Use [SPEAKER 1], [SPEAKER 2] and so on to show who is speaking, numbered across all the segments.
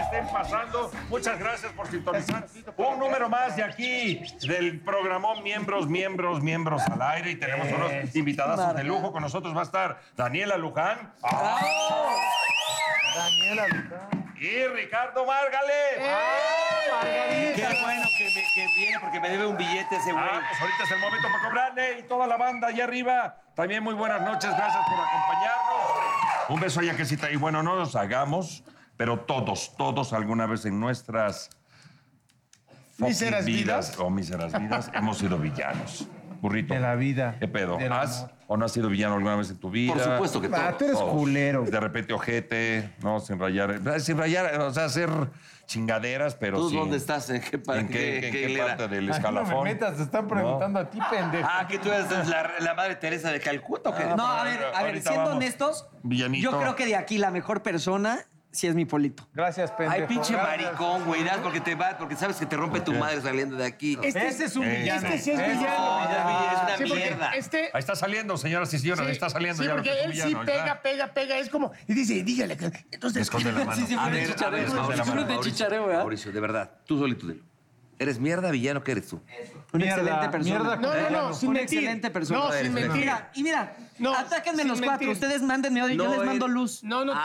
[SPEAKER 1] estén pasando. Muchas gracias por sintonizar. Un número más de aquí, del programón Miembros, Miembros, Miembros al Aire. Y tenemos unos invitadas de lujo. Con nosotros va a estar Daniela Luján. ¡Ah!
[SPEAKER 2] Daniela, Luján.
[SPEAKER 1] Y Ricardo Márgale.
[SPEAKER 3] Qué bueno que, me- que viene porque me debe un billete ese güey.
[SPEAKER 1] Ah, pues ahorita es el momento para cobrarle y toda la banda allá arriba. También muy buenas noches, gracias por acompañarnos. Un beso a Yaquecita. Y bueno, no nos hagamos, pero todos, todos alguna vez en nuestras fucking
[SPEAKER 2] Míseras vidas.
[SPEAKER 1] o míseras vidas hemos sido villanos. Burrito.
[SPEAKER 2] de la vida.
[SPEAKER 1] ¿Qué pedo?
[SPEAKER 2] del
[SPEAKER 1] ¿Has
[SPEAKER 2] amor.
[SPEAKER 1] o no has sido villano alguna vez en tu vida?
[SPEAKER 3] Por supuesto que
[SPEAKER 2] Ah,
[SPEAKER 3] todo.
[SPEAKER 2] tú eres
[SPEAKER 1] Todos.
[SPEAKER 2] culero.
[SPEAKER 1] De repente ojete, ¿no? Sin rayar. Sin rayar, o sea, hacer chingaderas, pero
[SPEAKER 3] ¿Tú
[SPEAKER 1] sí.
[SPEAKER 3] dónde estás? ¿En qué parte?
[SPEAKER 1] ¿En qué, en qué
[SPEAKER 3] hilera?
[SPEAKER 1] parte del
[SPEAKER 2] Ay,
[SPEAKER 1] escalafón?
[SPEAKER 2] No me metas, te están preguntando a ti, pendejo.
[SPEAKER 3] Ah, que tú eres la, la madre Teresa de Calcuta o qué?
[SPEAKER 4] No, a ver,
[SPEAKER 1] ahorita
[SPEAKER 4] a ver, siendo
[SPEAKER 1] vamos.
[SPEAKER 4] honestos,
[SPEAKER 1] Villanito.
[SPEAKER 4] yo creo que de aquí la mejor persona sí es mi polito.
[SPEAKER 2] Gracias, pendejo.
[SPEAKER 3] Ay, pinche
[SPEAKER 2] Gracias.
[SPEAKER 3] maricón, güey. nada, porque te va, porque sabes que te rompe tu madre saliendo de aquí.
[SPEAKER 2] Ese es un
[SPEAKER 1] Ese.
[SPEAKER 2] villano.
[SPEAKER 5] Este sí es
[SPEAKER 2] Ese
[SPEAKER 5] villano.
[SPEAKER 3] No, es una
[SPEAKER 5] Sí, porque
[SPEAKER 3] mierda.
[SPEAKER 5] este.
[SPEAKER 1] Ahí está saliendo, señoras y señores,
[SPEAKER 5] sí,
[SPEAKER 1] ahí está saliendo
[SPEAKER 5] sí,
[SPEAKER 1] ya lo
[SPEAKER 5] porque
[SPEAKER 1] que es
[SPEAKER 5] él sí
[SPEAKER 1] villano, ahí
[SPEAKER 5] pega,
[SPEAKER 1] está.
[SPEAKER 5] pega, pega. Es como. Y dice, dígale. que- Entonces.
[SPEAKER 1] Esconde la mano.
[SPEAKER 3] A ver, a ver,
[SPEAKER 1] chichareo,
[SPEAKER 3] Mauricio,
[SPEAKER 1] siempre te
[SPEAKER 3] Mauricio,
[SPEAKER 4] chichareo, ¿verdad?
[SPEAKER 3] Mauricio, de verdad, tú solito dilo. ¿Eres mierda, villano? ¿Qué eres tú?
[SPEAKER 4] Una
[SPEAKER 2] Mierda,
[SPEAKER 4] excelente persona.
[SPEAKER 2] mierda
[SPEAKER 5] No, no, no, sin
[SPEAKER 4] Una
[SPEAKER 5] mentir.
[SPEAKER 4] excelente persona.
[SPEAKER 5] No, sin
[SPEAKER 4] Y
[SPEAKER 5] mentir.
[SPEAKER 4] mira, y mira,
[SPEAKER 5] No,
[SPEAKER 4] atáquenme
[SPEAKER 5] sin
[SPEAKER 4] los cuatro.
[SPEAKER 5] mentir.
[SPEAKER 4] Ustedes mándenme odio,
[SPEAKER 3] No,
[SPEAKER 4] yo les
[SPEAKER 3] eh,
[SPEAKER 4] mando luz.
[SPEAKER 5] No, no te.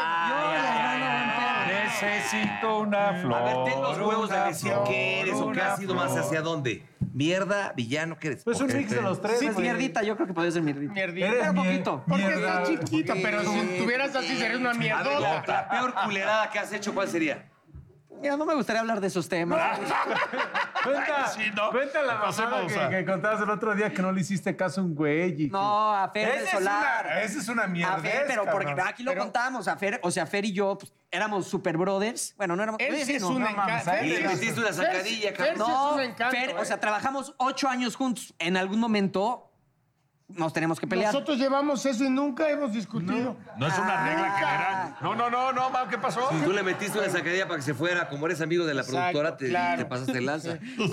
[SPEAKER 1] Necesito una flor.
[SPEAKER 3] A ver, ten los huevos de
[SPEAKER 1] una
[SPEAKER 3] decir
[SPEAKER 1] flor,
[SPEAKER 3] qué eres o qué
[SPEAKER 1] una
[SPEAKER 3] has sido más
[SPEAKER 1] flor.
[SPEAKER 3] hacia dónde. Mierda, villano, ¿qué eres?
[SPEAKER 2] Pues un mix de los tres.
[SPEAKER 4] Sí, es
[SPEAKER 2] güey.
[SPEAKER 4] mierdita, yo creo que podría ser mierdita.
[SPEAKER 5] Mierdita.
[SPEAKER 4] Pero
[SPEAKER 2] Eres mier-
[SPEAKER 4] poquito.
[SPEAKER 5] Porque
[SPEAKER 2] Mierda.
[SPEAKER 5] estás chiquita, pero si estuvieras así sería una
[SPEAKER 3] A ver, la,
[SPEAKER 5] mierdota.
[SPEAKER 3] la peor culerada que has hecho, ¿cuál sería?
[SPEAKER 4] Mira, no me gustaría hablar de esos temas.
[SPEAKER 2] Cuenta,
[SPEAKER 1] Ay, sí, ¿no?
[SPEAKER 2] cuenta la
[SPEAKER 1] Nos
[SPEAKER 2] mamada
[SPEAKER 1] hacemos, ah.
[SPEAKER 2] que, que contabas el otro día que no le hiciste caso a un güey. y-
[SPEAKER 4] No, a Fer
[SPEAKER 2] Esa
[SPEAKER 4] de
[SPEAKER 2] es
[SPEAKER 4] Solar.
[SPEAKER 2] una- Esa es una mierda.
[SPEAKER 4] A Fer, pero porque aquí lo
[SPEAKER 2] Pero-
[SPEAKER 4] contábamos, a Fer, o sea, Fer y yo pues, éramos super brothers. Bueno, no éramos.
[SPEAKER 5] Él
[SPEAKER 4] oye,
[SPEAKER 5] sí
[SPEAKER 4] sí,
[SPEAKER 5] es
[SPEAKER 4] no,
[SPEAKER 5] un
[SPEAKER 4] no,
[SPEAKER 2] mames,
[SPEAKER 5] encanto.
[SPEAKER 2] a él
[SPEAKER 5] Él
[SPEAKER 2] le
[SPEAKER 5] sí es-
[SPEAKER 3] metiste una
[SPEAKER 5] Fer sí-
[SPEAKER 3] zancadilla,
[SPEAKER 5] Fer sí
[SPEAKER 3] cabrón.
[SPEAKER 5] es
[SPEAKER 4] No,
[SPEAKER 5] un encanto.
[SPEAKER 4] Fer,
[SPEAKER 5] eh.
[SPEAKER 4] o sea, trabajamos ocho años juntos. En algún momento nos tenemos que pelear.
[SPEAKER 5] Nosotros llevamos eso y nunca hemos discutido.
[SPEAKER 1] No es una regla
[SPEAKER 4] Ah.
[SPEAKER 1] general. No, no, no, no, Mau, ¿qué pasó?
[SPEAKER 3] Tú le metiste una sacadilla para que se fuera, como eres amigo de la
[SPEAKER 5] Exacto,
[SPEAKER 3] productora, te,
[SPEAKER 5] claro.
[SPEAKER 3] te pasaste el lanza.
[SPEAKER 5] No,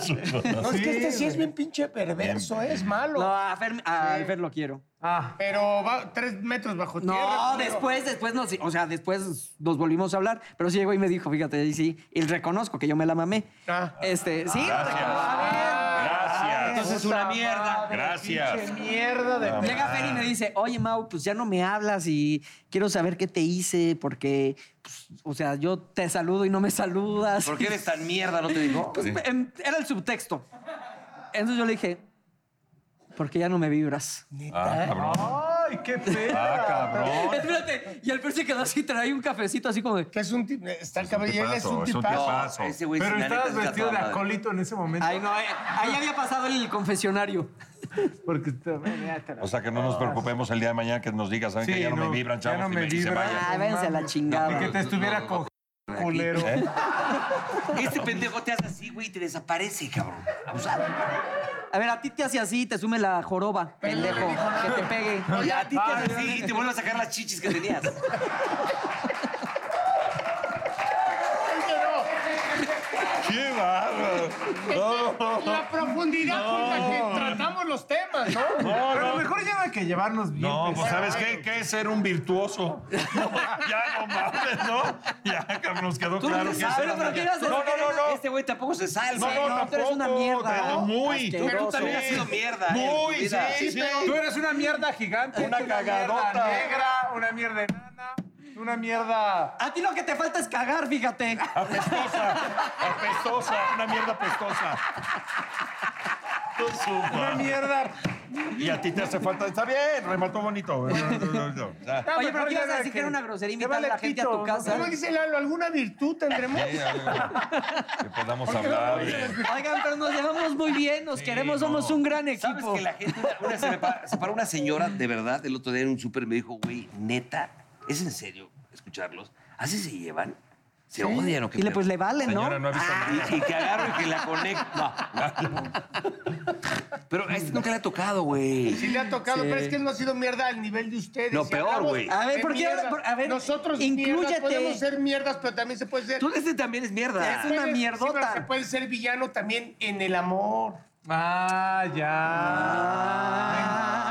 [SPEAKER 5] es que este sí es bien pinche perverso, es malo.
[SPEAKER 4] No, a Fer, a Fer lo quiero.
[SPEAKER 2] Ah,
[SPEAKER 5] Pero va tres metros bajo
[SPEAKER 4] No,
[SPEAKER 5] tierra. culero.
[SPEAKER 4] después, después nos, o sea, después nos volvimos a hablar, pero sí llegó y me dijo, fíjate, y sí, y reconozco que yo me la mamé.
[SPEAKER 5] Ah.
[SPEAKER 4] Este, sí, lo
[SPEAKER 1] Gracias.
[SPEAKER 4] reconozco. A
[SPEAKER 1] Gracias.
[SPEAKER 3] Entonces es una mierda.
[SPEAKER 1] Gracias.
[SPEAKER 2] pinche mierda de.
[SPEAKER 4] ver, Llega Fer y me dice, oye Mau, pues ya no me hablas y quiero saber qué te hice porque, pues, o sea, yo te saludo y no me saludas.
[SPEAKER 3] ¿Por qué eres tan mierda? ¿No te digo?
[SPEAKER 4] Pues, em, era el subtexto. Entonces yo le dije, porque ya no me vibras.
[SPEAKER 1] Ah, cabrón.
[SPEAKER 2] Ay, qué
[SPEAKER 1] Ah,
[SPEAKER 2] pena.
[SPEAKER 1] cabrón.
[SPEAKER 4] Espérate, y el Fer se quedó así, trae un cafecito así como de...
[SPEAKER 5] Que es un tip- Está el cabello, él es
[SPEAKER 1] tipazo,
[SPEAKER 5] un
[SPEAKER 1] es un
[SPEAKER 5] tipazo.
[SPEAKER 1] tipazo.
[SPEAKER 3] No, ese güey
[SPEAKER 2] Pero
[SPEAKER 3] la neta,
[SPEAKER 2] estabas
[SPEAKER 3] sí está
[SPEAKER 2] vestido de
[SPEAKER 3] toda madre.
[SPEAKER 2] acolito en ese momento.
[SPEAKER 4] Ay, no, eh, ahí había pasado el confesionario.
[SPEAKER 2] Porque te- Ven, ya te la-
[SPEAKER 1] O sea, que no nos preocupemos el día de mañana que nos digas, ¿saben
[SPEAKER 2] Sí,
[SPEAKER 1] que ya no,
[SPEAKER 2] no,
[SPEAKER 1] me vibran,
[SPEAKER 2] ya
[SPEAKER 1] chavos,
[SPEAKER 2] no
[SPEAKER 1] y
[SPEAKER 2] me
[SPEAKER 1] y se
[SPEAKER 2] vibran.
[SPEAKER 1] vayan?
[SPEAKER 4] Ah, váyanse a la
[SPEAKER 2] mames.
[SPEAKER 4] chingada.
[SPEAKER 2] Y que te estuviera con culero.
[SPEAKER 1] ¿Eh?
[SPEAKER 3] Este pendejo te hace así, güey, y te desaparece, cabrón. Abusado.
[SPEAKER 4] A ver, a ti te hace así, te sume la joroba, pendejo, que te pegue.
[SPEAKER 3] No, ya Ah, a ti te hace así y te vuelve a sacar las chichis que tenías.
[SPEAKER 1] ¡Qué bárbaro!
[SPEAKER 5] La profundidad con la que tratamos los temas, ¿no?
[SPEAKER 2] Pero mejor ya no hay que llevarnos bien.
[SPEAKER 1] No, pues
[SPEAKER 2] pesado.
[SPEAKER 1] ¿sabes qué? ¿Qué es ser un virtuoso? No, ya no mames, ¿no? Ya cabrón, nos quedó
[SPEAKER 3] no
[SPEAKER 1] claro
[SPEAKER 3] te
[SPEAKER 1] que es
[SPEAKER 3] sabes,
[SPEAKER 1] ser
[SPEAKER 4] pero
[SPEAKER 1] un
[SPEAKER 4] ¿qué ibas a
[SPEAKER 1] virtuoso. No,
[SPEAKER 4] hacer?
[SPEAKER 1] no, no, no.
[SPEAKER 3] Este güey tampoco se salva.
[SPEAKER 1] No, no,
[SPEAKER 4] no, tú eres una
[SPEAKER 1] tampoco,
[SPEAKER 4] mierda.
[SPEAKER 1] pero muy.
[SPEAKER 4] Asqueroso.
[SPEAKER 1] Pero
[SPEAKER 3] también has sido mierda, ¿eh?
[SPEAKER 1] Muy,
[SPEAKER 3] en tu vida.
[SPEAKER 1] sí, sí.
[SPEAKER 2] Tú eres una mierda gigante.
[SPEAKER 1] Una
[SPEAKER 2] mierda
[SPEAKER 1] cagadota.
[SPEAKER 2] negra, una mierda enana, una mierda.
[SPEAKER 4] A ti lo que te falta es cagar, fíjate.
[SPEAKER 1] Apestosa, apestosa, una mierda apestosa. Tú
[SPEAKER 2] Una
[SPEAKER 1] supa.
[SPEAKER 2] mierda.
[SPEAKER 1] Y a ti te hace falta. Está bien, remató bonito. No, no, no, no. Ya.
[SPEAKER 2] Ya,
[SPEAKER 4] Oye,
[SPEAKER 2] mejor
[SPEAKER 4] pero ¿qué
[SPEAKER 2] ya
[SPEAKER 4] ibas a
[SPEAKER 2] de
[SPEAKER 4] decir que era una grosería
[SPEAKER 2] Te
[SPEAKER 4] invitar a
[SPEAKER 2] vale
[SPEAKER 4] la gente a
[SPEAKER 2] pito,
[SPEAKER 4] tu
[SPEAKER 2] ¿no?
[SPEAKER 4] casa?
[SPEAKER 5] ¿Cómo dice Lalo? ¿Alguna virtud tendremos?
[SPEAKER 1] Sí, a ver, Que podamos hablar. de-
[SPEAKER 4] Oigan, pero nos llevamos muy bien, nos queremos, somos un gran
[SPEAKER 3] ¿Sabes
[SPEAKER 4] equipo.
[SPEAKER 3] que la gente, una, una- se, me pa- se paró una señora de verdad el otro día en un súper me dijo, güey, neta, ¿es en serio escucharlos? ¿Así se llevan? ¿Se odian o qué?
[SPEAKER 4] Y le,
[SPEAKER 3] pedo?" Ah,
[SPEAKER 4] pues le vale, ¿no?
[SPEAKER 1] Señora, no ha visto nada.
[SPEAKER 3] Y, y que agarro y que la conecto. No. Pero a este nunca le ha tocado, güey.
[SPEAKER 5] Sí le ha tocado, pero es que él no ha sido mierda al nivel de ustedes.
[SPEAKER 3] No,
[SPEAKER 5] Si
[SPEAKER 3] peor,
[SPEAKER 5] hablamos
[SPEAKER 3] güey.
[SPEAKER 4] A ver,
[SPEAKER 5] de
[SPEAKER 4] ¿por qué?
[SPEAKER 5] mierda,
[SPEAKER 4] Por- a ver,
[SPEAKER 5] Nosotros
[SPEAKER 4] inclúyete.
[SPEAKER 5] mierdas podemos ser mierdas, pero también se puede ser...
[SPEAKER 3] Tú este también es mierda.
[SPEAKER 4] Es una
[SPEAKER 5] Puedes- sí,
[SPEAKER 4] mierdota.
[SPEAKER 5] pero se puede ser villano también en el amor.
[SPEAKER 2] Ah,
[SPEAKER 5] Ah.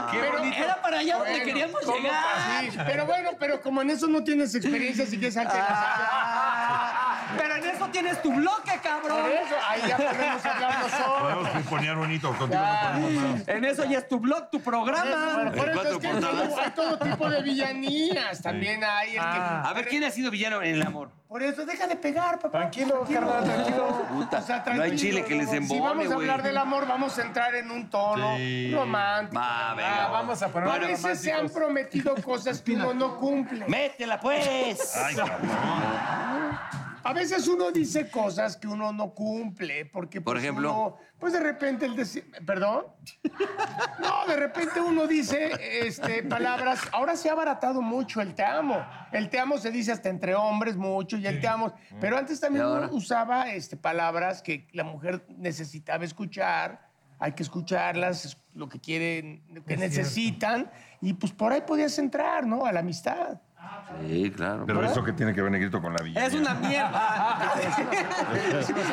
[SPEAKER 2] ya. Qué
[SPEAKER 5] Pero
[SPEAKER 2] bonito.
[SPEAKER 4] Ah, Era para allá donde
[SPEAKER 5] Bueno,
[SPEAKER 4] queríamos
[SPEAKER 5] ¿cómo
[SPEAKER 4] llegar.
[SPEAKER 5] así? Pero bueno, pero como en eso no tienes experiencia, así que salte
[SPEAKER 4] Ah, pero en eso eso tienes tu bloque, cabrón.
[SPEAKER 5] Por eso, ahí ya podemos hablar nosotros.
[SPEAKER 1] Podemos poner un hito contigo.
[SPEAKER 4] Ya.
[SPEAKER 1] No podemos más.
[SPEAKER 4] En eso ya es tu blog, tu programa.
[SPEAKER 5] Por eso
[SPEAKER 3] cuatro
[SPEAKER 5] es que hay todo,
[SPEAKER 3] portadas.
[SPEAKER 5] hay todo tipo de villanías. También hay el que.
[SPEAKER 3] A ver, ¿quién ha sido villano en el amor?
[SPEAKER 5] Por eso, deja de pegar, papá.
[SPEAKER 2] Tranquilo, carnal, tranquilo.
[SPEAKER 3] Puta, no hay chile que les
[SPEAKER 5] Si
[SPEAKER 3] embone,
[SPEAKER 5] vamos a
[SPEAKER 3] güey.
[SPEAKER 5] hablar del amor, vamos a entrar en un tono
[SPEAKER 1] Sí.
[SPEAKER 5] romántico.
[SPEAKER 3] Va, venga.
[SPEAKER 2] Ah, vamos a poner
[SPEAKER 5] a veces se han
[SPEAKER 2] románticos.
[SPEAKER 5] prometido cosas que uno no cumple.
[SPEAKER 3] ¡Métela, pues!
[SPEAKER 1] Ay, cabrón.
[SPEAKER 5] A veces uno dice cosas que uno no cumple, porque
[SPEAKER 3] Por
[SPEAKER 5] pues,
[SPEAKER 3] ejemplo.
[SPEAKER 5] uno- pues de repente el decir, perdón. No, de repente uno dice este, palabras. Ahora se ha abaratado mucho el te amo. El te amo se dice hasta entre hombres mucho y el te amo. Pero antes también
[SPEAKER 3] ¿Y
[SPEAKER 5] uno
[SPEAKER 3] ahora?
[SPEAKER 5] usaba este, palabras que la mujer necesitaba escuchar. Hay que escucharlas, es lo que quieren, lo que necesitan. Y pues por ahí podías entrar, ¿no? A la amistad.
[SPEAKER 3] Sí, claro.
[SPEAKER 1] Pero eso que tiene que ver negrito con la villa.
[SPEAKER 4] Es una mierda.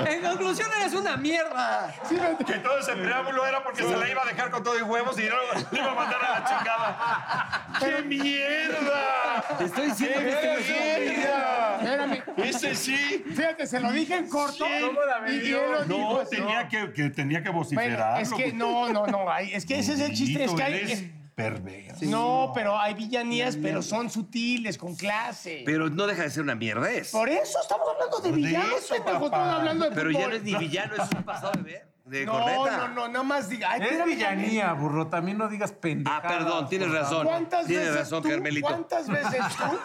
[SPEAKER 4] en conclusión, eres una mierda.
[SPEAKER 5] Sí, me-
[SPEAKER 1] Que todo ese preámbulo era porque se la iba a dejar con todo y huevos y le iba a mandar a la chingada. ¡Qué mierda!
[SPEAKER 3] Te estoy diciendo que este güey-
[SPEAKER 1] ¡Qué mierda!
[SPEAKER 5] Espérame.
[SPEAKER 1] Ese sí.
[SPEAKER 5] Fíjate, se lo dije en
[SPEAKER 1] Sí.
[SPEAKER 5] corto y él lo dijo.
[SPEAKER 1] No,
[SPEAKER 5] así.
[SPEAKER 1] tenía que, que tenía que
[SPEAKER 5] Bueno,
[SPEAKER 1] vociferarlo.
[SPEAKER 5] es que no, no, no. ay, es que ese es el chiste. Es que hay-
[SPEAKER 1] Eres perverso.
[SPEAKER 5] no, pero hay villanías, pero son sutiles, con clase.
[SPEAKER 3] Pero no deja de ser una mierda, es.
[SPEAKER 5] Por eso estamos hablando de
[SPEAKER 1] De
[SPEAKER 5] villanos,
[SPEAKER 1] eso,
[SPEAKER 5] pendejo.
[SPEAKER 1] papá.
[SPEAKER 5] Estamos hablando de
[SPEAKER 3] Pero ya
[SPEAKER 5] fútbol.
[SPEAKER 3] no es ni villano, es un pasado de ver. De
[SPEAKER 5] No,
[SPEAKER 3] corneta.
[SPEAKER 5] no, no, nada más diga. ay,
[SPEAKER 2] Es
[SPEAKER 5] espérame,
[SPEAKER 2] villanía, burro. También no digas pendejada.
[SPEAKER 3] Ah, perdón, tienes razón.
[SPEAKER 5] ¿Cuántas
[SPEAKER 3] tienes
[SPEAKER 5] veces
[SPEAKER 3] razón,
[SPEAKER 5] tú,
[SPEAKER 3] Carmelito.
[SPEAKER 5] cuántas veces tú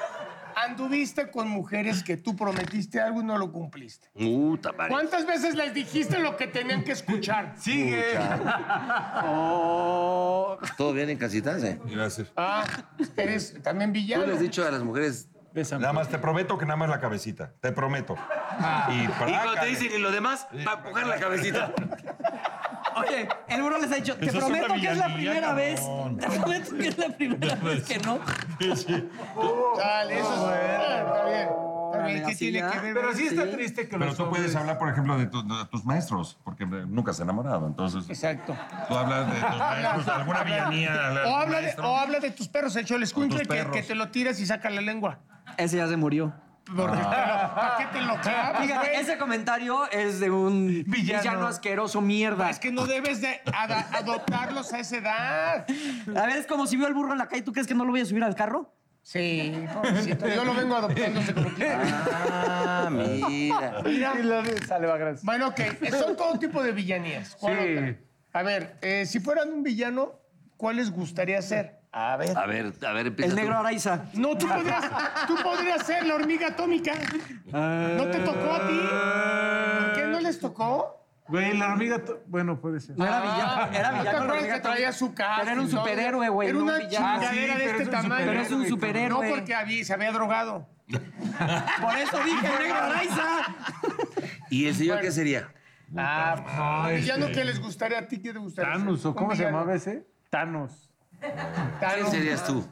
[SPEAKER 5] anduviste con mujeres que tú prometiste algo y no lo cumpliste?
[SPEAKER 3] Puta madre.
[SPEAKER 5] ¿Cuántas veces les dijiste lo que tenían que escuchar?
[SPEAKER 2] Sigue.
[SPEAKER 3] ¿Todo bien en casitas, eh?
[SPEAKER 1] Gracias.
[SPEAKER 5] Ah, eres también
[SPEAKER 3] Tú
[SPEAKER 5] villano.
[SPEAKER 3] le has dicho a las mujeres.
[SPEAKER 1] Nada más te prometo que nada más la cabecita. Te prometo. Y
[SPEAKER 3] Y cuando te
[SPEAKER 1] prácale.
[SPEAKER 3] dicen y lo demás, para empujar la cabecita.
[SPEAKER 4] Oye, el burro les ha dicho, te
[SPEAKER 1] Eso es una
[SPEAKER 4] prometo que es la
[SPEAKER 1] villanía,
[SPEAKER 4] primera vez.
[SPEAKER 1] cabrón.
[SPEAKER 4] Te prometo que es la primera vez que no.
[SPEAKER 5] Dale, eso es- Está bien. Está bien. ¿Qué
[SPEAKER 4] así
[SPEAKER 5] tiene
[SPEAKER 4] ya.
[SPEAKER 5] que ver?
[SPEAKER 2] Pero sí está
[SPEAKER 4] Sí.
[SPEAKER 2] triste que
[SPEAKER 1] Pero
[SPEAKER 2] los
[SPEAKER 1] tú puedes
[SPEAKER 2] hombres-
[SPEAKER 1] hablar, por ejemplo, de, tu- de tus maestros, porque nunca se han enamorado. Entonces,
[SPEAKER 5] Exacto.
[SPEAKER 1] tú hablas de tus maestros, de alguna villanía.
[SPEAKER 5] O habla, de, o habla de tus perros, el
[SPEAKER 1] O
[SPEAKER 5] cholescuincle,
[SPEAKER 1] tus
[SPEAKER 5] que,
[SPEAKER 1] perros.
[SPEAKER 5] que te lo tiras y saca la lengua.
[SPEAKER 4] Ese ya se murió.
[SPEAKER 5] Porque ¿Para qué te lo clavas,
[SPEAKER 4] Fíjate,
[SPEAKER 5] güey?
[SPEAKER 4] ese comentario es de un villano,
[SPEAKER 2] Villano.
[SPEAKER 4] asqueroso mierda.
[SPEAKER 5] Es que no debes de ada- adoptarlos a esa edad.
[SPEAKER 4] A ver, es como si vio al burro en la calle, ¿tú crees que no lo voy a subir al carro?
[SPEAKER 5] Sí, pobrecito. Yo lo vengo adoptándose como quiera.
[SPEAKER 3] Ah, mira.
[SPEAKER 5] Mira.
[SPEAKER 2] Y la de- Sale, va, gracias.
[SPEAKER 5] Bueno, ok. Son todo tipo de villanías. ¿Cuál
[SPEAKER 2] Sí.
[SPEAKER 5] otra? A ver, eh, si fueran un villano, ¿cuál les gustaría ser? A ver.
[SPEAKER 3] A ver, a ver,
[SPEAKER 4] El
[SPEAKER 3] empieza. tú.
[SPEAKER 4] negro Araiza.
[SPEAKER 5] No, tú podrías, tú podrías ser la hormiga atómica. ¿No te tocó a ti? ¿Por qué no les tocó?
[SPEAKER 2] Güey, la hormiga. to- Bueno, puede ser.
[SPEAKER 4] No era villano, era
[SPEAKER 5] ¿No Ah. te
[SPEAKER 4] villano.
[SPEAKER 5] acuerdas
[SPEAKER 4] pero
[SPEAKER 5] que traía su casa?
[SPEAKER 4] Pero era un
[SPEAKER 5] y todo?
[SPEAKER 4] superhéroe, güey.
[SPEAKER 5] Era
[SPEAKER 4] no un
[SPEAKER 5] una
[SPEAKER 4] villano.
[SPEAKER 2] Ah, sí,
[SPEAKER 5] chingadera de
[SPEAKER 2] pero
[SPEAKER 5] este
[SPEAKER 2] es un
[SPEAKER 5] tamaño.
[SPEAKER 4] Pero es un
[SPEAKER 5] No,
[SPEAKER 4] superhéroe.
[SPEAKER 5] porque había- se había drogado.
[SPEAKER 4] Ah, Por eso dije negro Araiza.
[SPEAKER 3] ¿Y el señor qué sería?
[SPEAKER 5] Ah,
[SPEAKER 4] pues,
[SPEAKER 2] No, este-
[SPEAKER 5] villano que les gustaría a ti, ¿qué te gustaría? ser?
[SPEAKER 2] Thanos, ¿o
[SPEAKER 5] Un
[SPEAKER 2] cómo se
[SPEAKER 5] villano.
[SPEAKER 2] llamaba ese? Thanos.
[SPEAKER 3] ¿Qué
[SPEAKER 5] Thanos.
[SPEAKER 3] serías tú?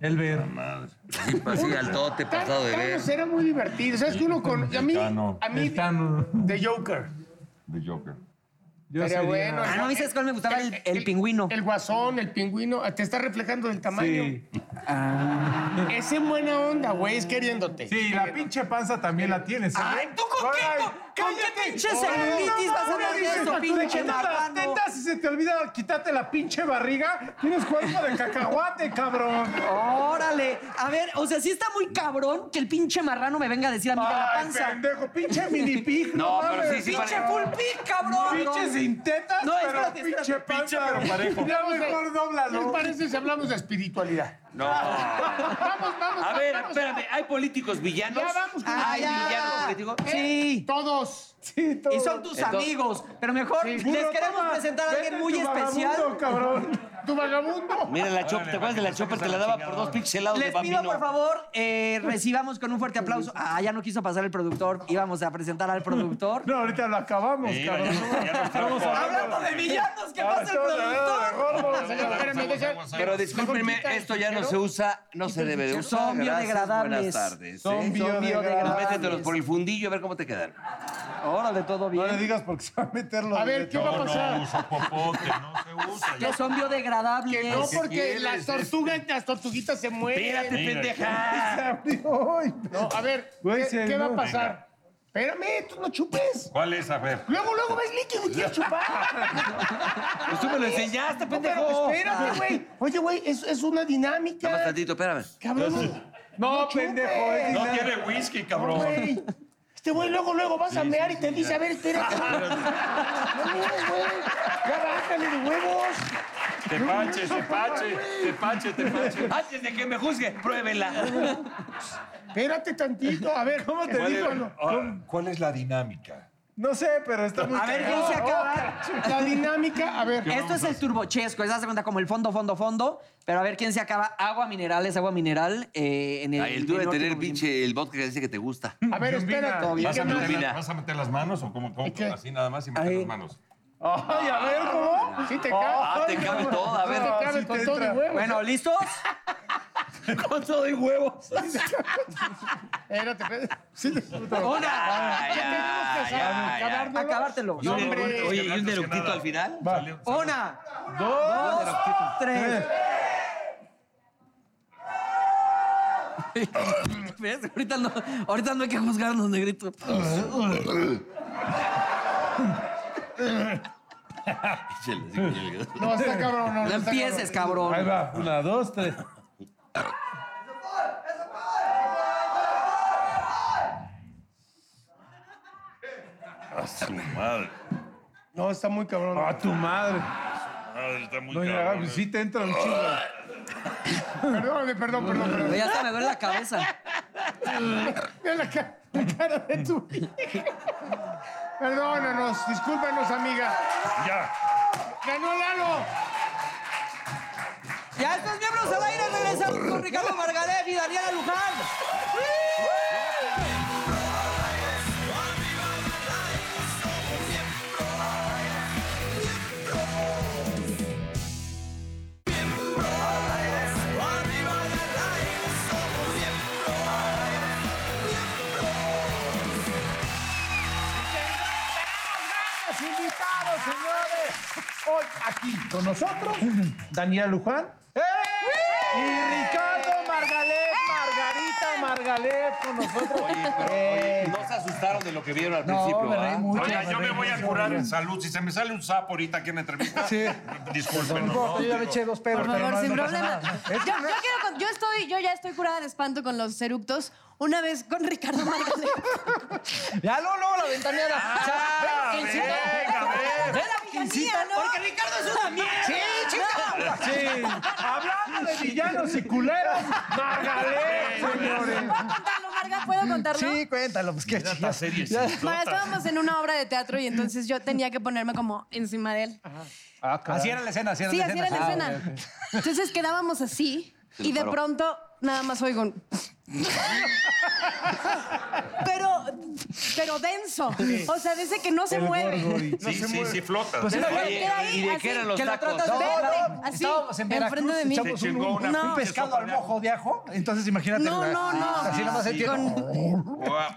[SPEAKER 2] El ver.
[SPEAKER 3] Así, así al tote,
[SPEAKER 5] Tan-
[SPEAKER 3] pasado de ver.
[SPEAKER 5] Thanos era muy divertido. ¿Sabes que uno con. A mí,
[SPEAKER 1] Tano.
[SPEAKER 5] a mí,
[SPEAKER 2] El Thanos.
[SPEAKER 5] de Joker.
[SPEAKER 1] De Joker.
[SPEAKER 2] Yo
[SPEAKER 5] Estaría
[SPEAKER 2] sería-
[SPEAKER 5] bueno.
[SPEAKER 4] Ah, ¿no dices cuál me gustaba? El- el pingüino.
[SPEAKER 5] El guasón, el pingüino. Ah, Te está reflejando el tamaño.
[SPEAKER 2] Sí.
[SPEAKER 5] Ese en buena onda, güey, es queriéndote.
[SPEAKER 2] Sí, la pinche panza también la tienes. ¿eh?
[SPEAKER 4] Ay, tú con qué,
[SPEAKER 2] Ay,
[SPEAKER 4] con qué pinche
[SPEAKER 2] Órale,
[SPEAKER 4] celulitis
[SPEAKER 2] no,
[SPEAKER 4] vas a
[SPEAKER 2] una
[SPEAKER 4] hablar de
[SPEAKER 2] dices,
[SPEAKER 4] eso,
[SPEAKER 2] "Tú
[SPEAKER 4] pinche
[SPEAKER 2] te quitas las
[SPEAKER 4] marrano"?
[SPEAKER 2] tetas y se te olvida quitarte la pinche barriga. Tienes cuerpo de cacahuate, cabrón.
[SPEAKER 4] Órale. A ver, o sea, sí está muy cabrón que el pinche marrano me venga a decir a mí de la
[SPEAKER 2] Ay,
[SPEAKER 4] panza.
[SPEAKER 2] pendejo, pinche mini pig.
[SPEAKER 3] No, pero
[SPEAKER 2] mames.
[SPEAKER 3] sí, sí,
[SPEAKER 4] ¡Pinche
[SPEAKER 3] pare-
[SPEAKER 4] full pic, cabrón!
[SPEAKER 2] Pinche sin tetas,
[SPEAKER 4] No,
[SPEAKER 2] pero
[SPEAKER 4] espérate, espérate.
[SPEAKER 2] pinche panza. pero parejo. Ya mejor
[SPEAKER 5] ¿Qué les
[SPEAKER 2] dóblalo.
[SPEAKER 5] parece si hablamos de espiritualidad?
[SPEAKER 3] No.
[SPEAKER 5] Vamos, vamos.
[SPEAKER 3] A ver,
[SPEAKER 5] vamos.
[SPEAKER 3] espérame, ¿hay políticos villanos?
[SPEAKER 5] Ya vamos con-
[SPEAKER 3] ¿Hay
[SPEAKER 4] Ah, ya.
[SPEAKER 3] villanos políticos?
[SPEAKER 4] Sí.
[SPEAKER 5] Todos.
[SPEAKER 2] Sí, todo.
[SPEAKER 4] Y son tus
[SPEAKER 3] Entonces-
[SPEAKER 4] amigos. Pero mejor les
[SPEAKER 2] Burro,
[SPEAKER 4] queremos
[SPEAKER 2] toma,
[SPEAKER 4] presentar a
[SPEAKER 2] vete
[SPEAKER 4] alguien muy
[SPEAKER 2] tu
[SPEAKER 4] especial.
[SPEAKER 2] vagabundo, cabrón.
[SPEAKER 5] Tu vagabundo.
[SPEAKER 3] Mira la chopa,
[SPEAKER 1] Órale,
[SPEAKER 3] ¿te acuerdas de
[SPEAKER 1] para
[SPEAKER 3] la
[SPEAKER 1] que te
[SPEAKER 3] chopa?
[SPEAKER 1] saques
[SPEAKER 3] Te
[SPEAKER 1] a
[SPEAKER 3] la
[SPEAKER 1] la
[SPEAKER 3] daba
[SPEAKER 1] chingada.
[SPEAKER 3] por dos pinches helados de
[SPEAKER 4] Les pido, por
[SPEAKER 3] bambino.
[SPEAKER 4] favor, eh, recibamos con un fuerte aplauso. Ah, ya no quiso pasar el productor. Íbamos a presentar al productor.
[SPEAKER 2] No, ahorita lo acabamos,
[SPEAKER 1] Sí,
[SPEAKER 2] cabrón.
[SPEAKER 1] ya- ya nos trajo.
[SPEAKER 2] Vamos a
[SPEAKER 4] Hablando de villanos,
[SPEAKER 2] Ah,
[SPEAKER 4] ¿qué pasa el productor?
[SPEAKER 5] Señor, espérame, deja-
[SPEAKER 3] Pero discúlpenme,
[SPEAKER 5] Mejor quita el
[SPEAKER 3] esto ya no
[SPEAKER 5] fichero.
[SPEAKER 3] se usa, no se debe de
[SPEAKER 4] Son
[SPEAKER 3] usar. Gracias,
[SPEAKER 4] biodegradables.
[SPEAKER 3] Buenas tardes.
[SPEAKER 2] Son
[SPEAKER 3] ¿eh?
[SPEAKER 4] Son biodegradables.
[SPEAKER 3] Métetelos por el fundillo a ver cómo te quedan.
[SPEAKER 4] Órale, todo
[SPEAKER 2] No le
[SPEAKER 4] bien.
[SPEAKER 2] digas porque se va a meter los
[SPEAKER 5] A ver, ¿qué va a
[SPEAKER 1] No, no,
[SPEAKER 5] pasar?
[SPEAKER 1] usa popote, no se usa.
[SPEAKER 4] Que
[SPEAKER 1] Ya.
[SPEAKER 4] son biodegradables.
[SPEAKER 5] Que no,
[SPEAKER 1] ¿Qué
[SPEAKER 5] porque
[SPEAKER 1] quieres,
[SPEAKER 5] las tortugas, las tortuguitas se mueren.
[SPEAKER 3] este. Espérate,
[SPEAKER 1] Mira.
[SPEAKER 3] pendeja.
[SPEAKER 2] Ay,
[SPEAKER 5] No, a ver,
[SPEAKER 2] Güey,
[SPEAKER 5] ¿qué,
[SPEAKER 2] se
[SPEAKER 5] qué va a
[SPEAKER 2] no.
[SPEAKER 5] pasar? Espérame, tú no chupes.
[SPEAKER 1] ¿Cuál es? A ver.
[SPEAKER 5] Luego, luego ves líquido y quieres chupar.
[SPEAKER 4] Pues tú me lo enseñaste,
[SPEAKER 5] No, pero
[SPEAKER 4] pendejo.
[SPEAKER 5] espérate, güey. Oye, güey, es, es una dinámica.
[SPEAKER 3] Nada más tantito, espérame.
[SPEAKER 5] Cabrón.
[SPEAKER 2] No,
[SPEAKER 5] chupes.
[SPEAKER 2] pendejo. es
[SPEAKER 1] No
[SPEAKER 2] dinámica.
[SPEAKER 1] tiene whisky,
[SPEAKER 5] No,
[SPEAKER 1] cabrón.
[SPEAKER 5] güey. Este güey luego, luego vas a mear y te dice, a ver, espérate. No, mires, güey. Ya bájale de huevos.
[SPEAKER 1] Tepache, tepache, tepache, tepache.
[SPEAKER 3] Antes de que me juzgue, pruébela.
[SPEAKER 5] Espérate tantito. A ver, ¿cómo te
[SPEAKER 1] ¿Cuál
[SPEAKER 5] digo?
[SPEAKER 1] es, ah, ¿Cuál es la dinámica?
[SPEAKER 2] No sé, pero está muy
[SPEAKER 4] A ver,
[SPEAKER 2] cagado.
[SPEAKER 4] ya se acaba.
[SPEAKER 5] La dinámica, a ver.
[SPEAKER 4] Esto es el turbochesco, es, haz de cuenta, como el fondo, fondo, fondo. Pero a ver quién se acaba. Agua mineral es agua mineral. eh, en el,
[SPEAKER 3] Ay, el tú de
[SPEAKER 4] menor
[SPEAKER 3] tener
[SPEAKER 4] tiempo posible.
[SPEAKER 3] pinche el vodka que dice que te gusta.
[SPEAKER 5] A ver, espérate.
[SPEAKER 4] Yumbina.
[SPEAKER 5] ¿Y
[SPEAKER 1] ¿Vas
[SPEAKER 5] qué
[SPEAKER 1] a,
[SPEAKER 5] más?
[SPEAKER 1] meter
[SPEAKER 3] Mira.
[SPEAKER 1] la- vas a meter las manos o cómo? cómo?
[SPEAKER 5] ¿Y qué?
[SPEAKER 1] Así nada más y meter
[SPEAKER 4] Ahí.
[SPEAKER 1] las manos.
[SPEAKER 2] Ay, a ver, ¿cómo?
[SPEAKER 5] Sí te cabe.
[SPEAKER 3] Ah, te cabe todo, a ver.
[SPEAKER 5] Sí te cabe
[SPEAKER 2] Sí
[SPEAKER 5] con
[SPEAKER 2] te
[SPEAKER 5] todo y
[SPEAKER 2] entra.
[SPEAKER 5] huevos.
[SPEAKER 4] Bueno, ¿listos?
[SPEAKER 3] Con todo y huevos.
[SPEAKER 5] Espérate, espérate. Sí te-
[SPEAKER 4] Una,
[SPEAKER 3] Ay, ay, ay, ay.
[SPEAKER 5] Acabárnoslo.
[SPEAKER 4] Acabártelo.
[SPEAKER 3] Y un-
[SPEAKER 5] Hombre.
[SPEAKER 3] Oye, ¿y un
[SPEAKER 1] Antes que
[SPEAKER 3] deructito
[SPEAKER 1] nada.
[SPEAKER 3] al final?
[SPEAKER 1] Salió- salió-
[SPEAKER 4] una, dos, tres. ¿Ves? Ahorita no, ahorita no hay que juzgarnos, negrito.
[SPEAKER 3] Échale, sí, échale.
[SPEAKER 5] No, está cabrón. No,
[SPEAKER 4] No
[SPEAKER 5] está
[SPEAKER 4] empieces,
[SPEAKER 5] cabrón.
[SPEAKER 2] Ahí
[SPEAKER 4] cabrón.
[SPEAKER 2] va, una, dos, tres.
[SPEAKER 1] Ah, su madre.
[SPEAKER 5] No, está muy cabrón.
[SPEAKER 2] A tu madre.
[SPEAKER 1] Madre, Ah, está muy
[SPEAKER 2] No, ya,
[SPEAKER 1] cabrón.
[SPEAKER 2] pues sí te entra un chingo.
[SPEAKER 5] Perdóname, perdón, perdón, perdón.
[SPEAKER 4] Ya hasta me duele la cabeza.
[SPEAKER 5] Mira la, ca- la cara de tu hija. Perdónanos, discúlpanos, amiga.
[SPEAKER 1] Ya.
[SPEAKER 5] ¡Ganó Lalo!
[SPEAKER 4] Ya estos miembros al aire regresamos con Ricardo Margalef y Daniela Luján.
[SPEAKER 2] Los invitados, señores. Hoy aquí con nosotros, Daniela Luján. ¡Eh! Y Ricardo Margalef, Margarita Margalef con nosotros.
[SPEAKER 3] Oye, pero
[SPEAKER 2] Eh,
[SPEAKER 3] oye, no se asustaron de lo que vieron al
[SPEAKER 2] no,
[SPEAKER 3] principio,
[SPEAKER 2] me reí
[SPEAKER 3] ¿ah?
[SPEAKER 2] mucho.
[SPEAKER 1] Oiga,
[SPEAKER 2] me
[SPEAKER 1] yo me
[SPEAKER 2] reí
[SPEAKER 1] voy a
[SPEAKER 2] mucho.
[SPEAKER 1] curar en salud. Si se me sale un sapo ahorita aquí en la entrevista,
[SPEAKER 2] Sí.
[SPEAKER 1] disculpen.
[SPEAKER 2] No importa, yo ya me eché dos pedos.
[SPEAKER 6] Por
[SPEAKER 2] pero
[SPEAKER 6] favor,
[SPEAKER 2] no-
[SPEAKER 6] sin
[SPEAKER 2] no pasa
[SPEAKER 6] problema.
[SPEAKER 2] nada.
[SPEAKER 6] Yo, yo quiero con- yo estoy, yo ya estoy curada de espanto con los eructos. Una vez con Ricardo Margalef.
[SPEAKER 4] Ya luego, luego la ventaneada.
[SPEAKER 1] Ah, venga, a ver.
[SPEAKER 4] Ve la villanía, ¿no? Porque Ricardo es una mierda. Sí, chica.
[SPEAKER 2] Sí. Hablando de villanos y culeros, Margalef, señores.
[SPEAKER 6] Cuéntalo, Marga, ¿puedo contarlo?
[SPEAKER 7] Sí, cuéntalo, pues qué
[SPEAKER 1] Mira
[SPEAKER 7] chido.
[SPEAKER 1] esta serie.
[SPEAKER 6] Bueno, estábamos en una obra de teatro y entonces yo tenía que ponerme como encima de él.
[SPEAKER 2] Ah,
[SPEAKER 7] Así era la escena, así era
[SPEAKER 6] Sí,
[SPEAKER 7] la
[SPEAKER 6] así
[SPEAKER 7] escena.
[SPEAKER 6] era la escena. Ah, Entonces quedábamos así y de pronto nada más oigo un... Pero, pero denso. O sea, dice que no se mueve.
[SPEAKER 1] Sí, sí, sí, flota.
[SPEAKER 7] Pues era-
[SPEAKER 6] Pero queda ahí,
[SPEAKER 3] ¿Y de
[SPEAKER 6] así,
[SPEAKER 3] qué eran los
[SPEAKER 6] que lo
[SPEAKER 3] tacos?
[SPEAKER 6] tratas
[SPEAKER 7] No,
[SPEAKER 6] de-
[SPEAKER 7] no,
[SPEAKER 6] así,
[SPEAKER 7] estábamos en
[SPEAKER 6] enfrente
[SPEAKER 7] Veracruz,
[SPEAKER 6] de mí.
[SPEAKER 7] echamos
[SPEAKER 1] Se
[SPEAKER 7] un,
[SPEAKER 1] chingó una
[SPEAKER 7] un
[SPEAKER 1] pinche
[SPEAKER 7] pescado
[SPEAKER 1] sopa
[SPEAKER 7] al
[SPEAKER 1] de ajo.
[SPEAKER 7] mojo de ajo, entonces imagínate.
[SPEAKER 6] No,
[SPEAKER 7] la-
[SPEAKER 6] no, no.
[SPEAKER 7] Así nomás se tiene-
[SPEAKER 6] Con-
[SPEAKER 1] Guau.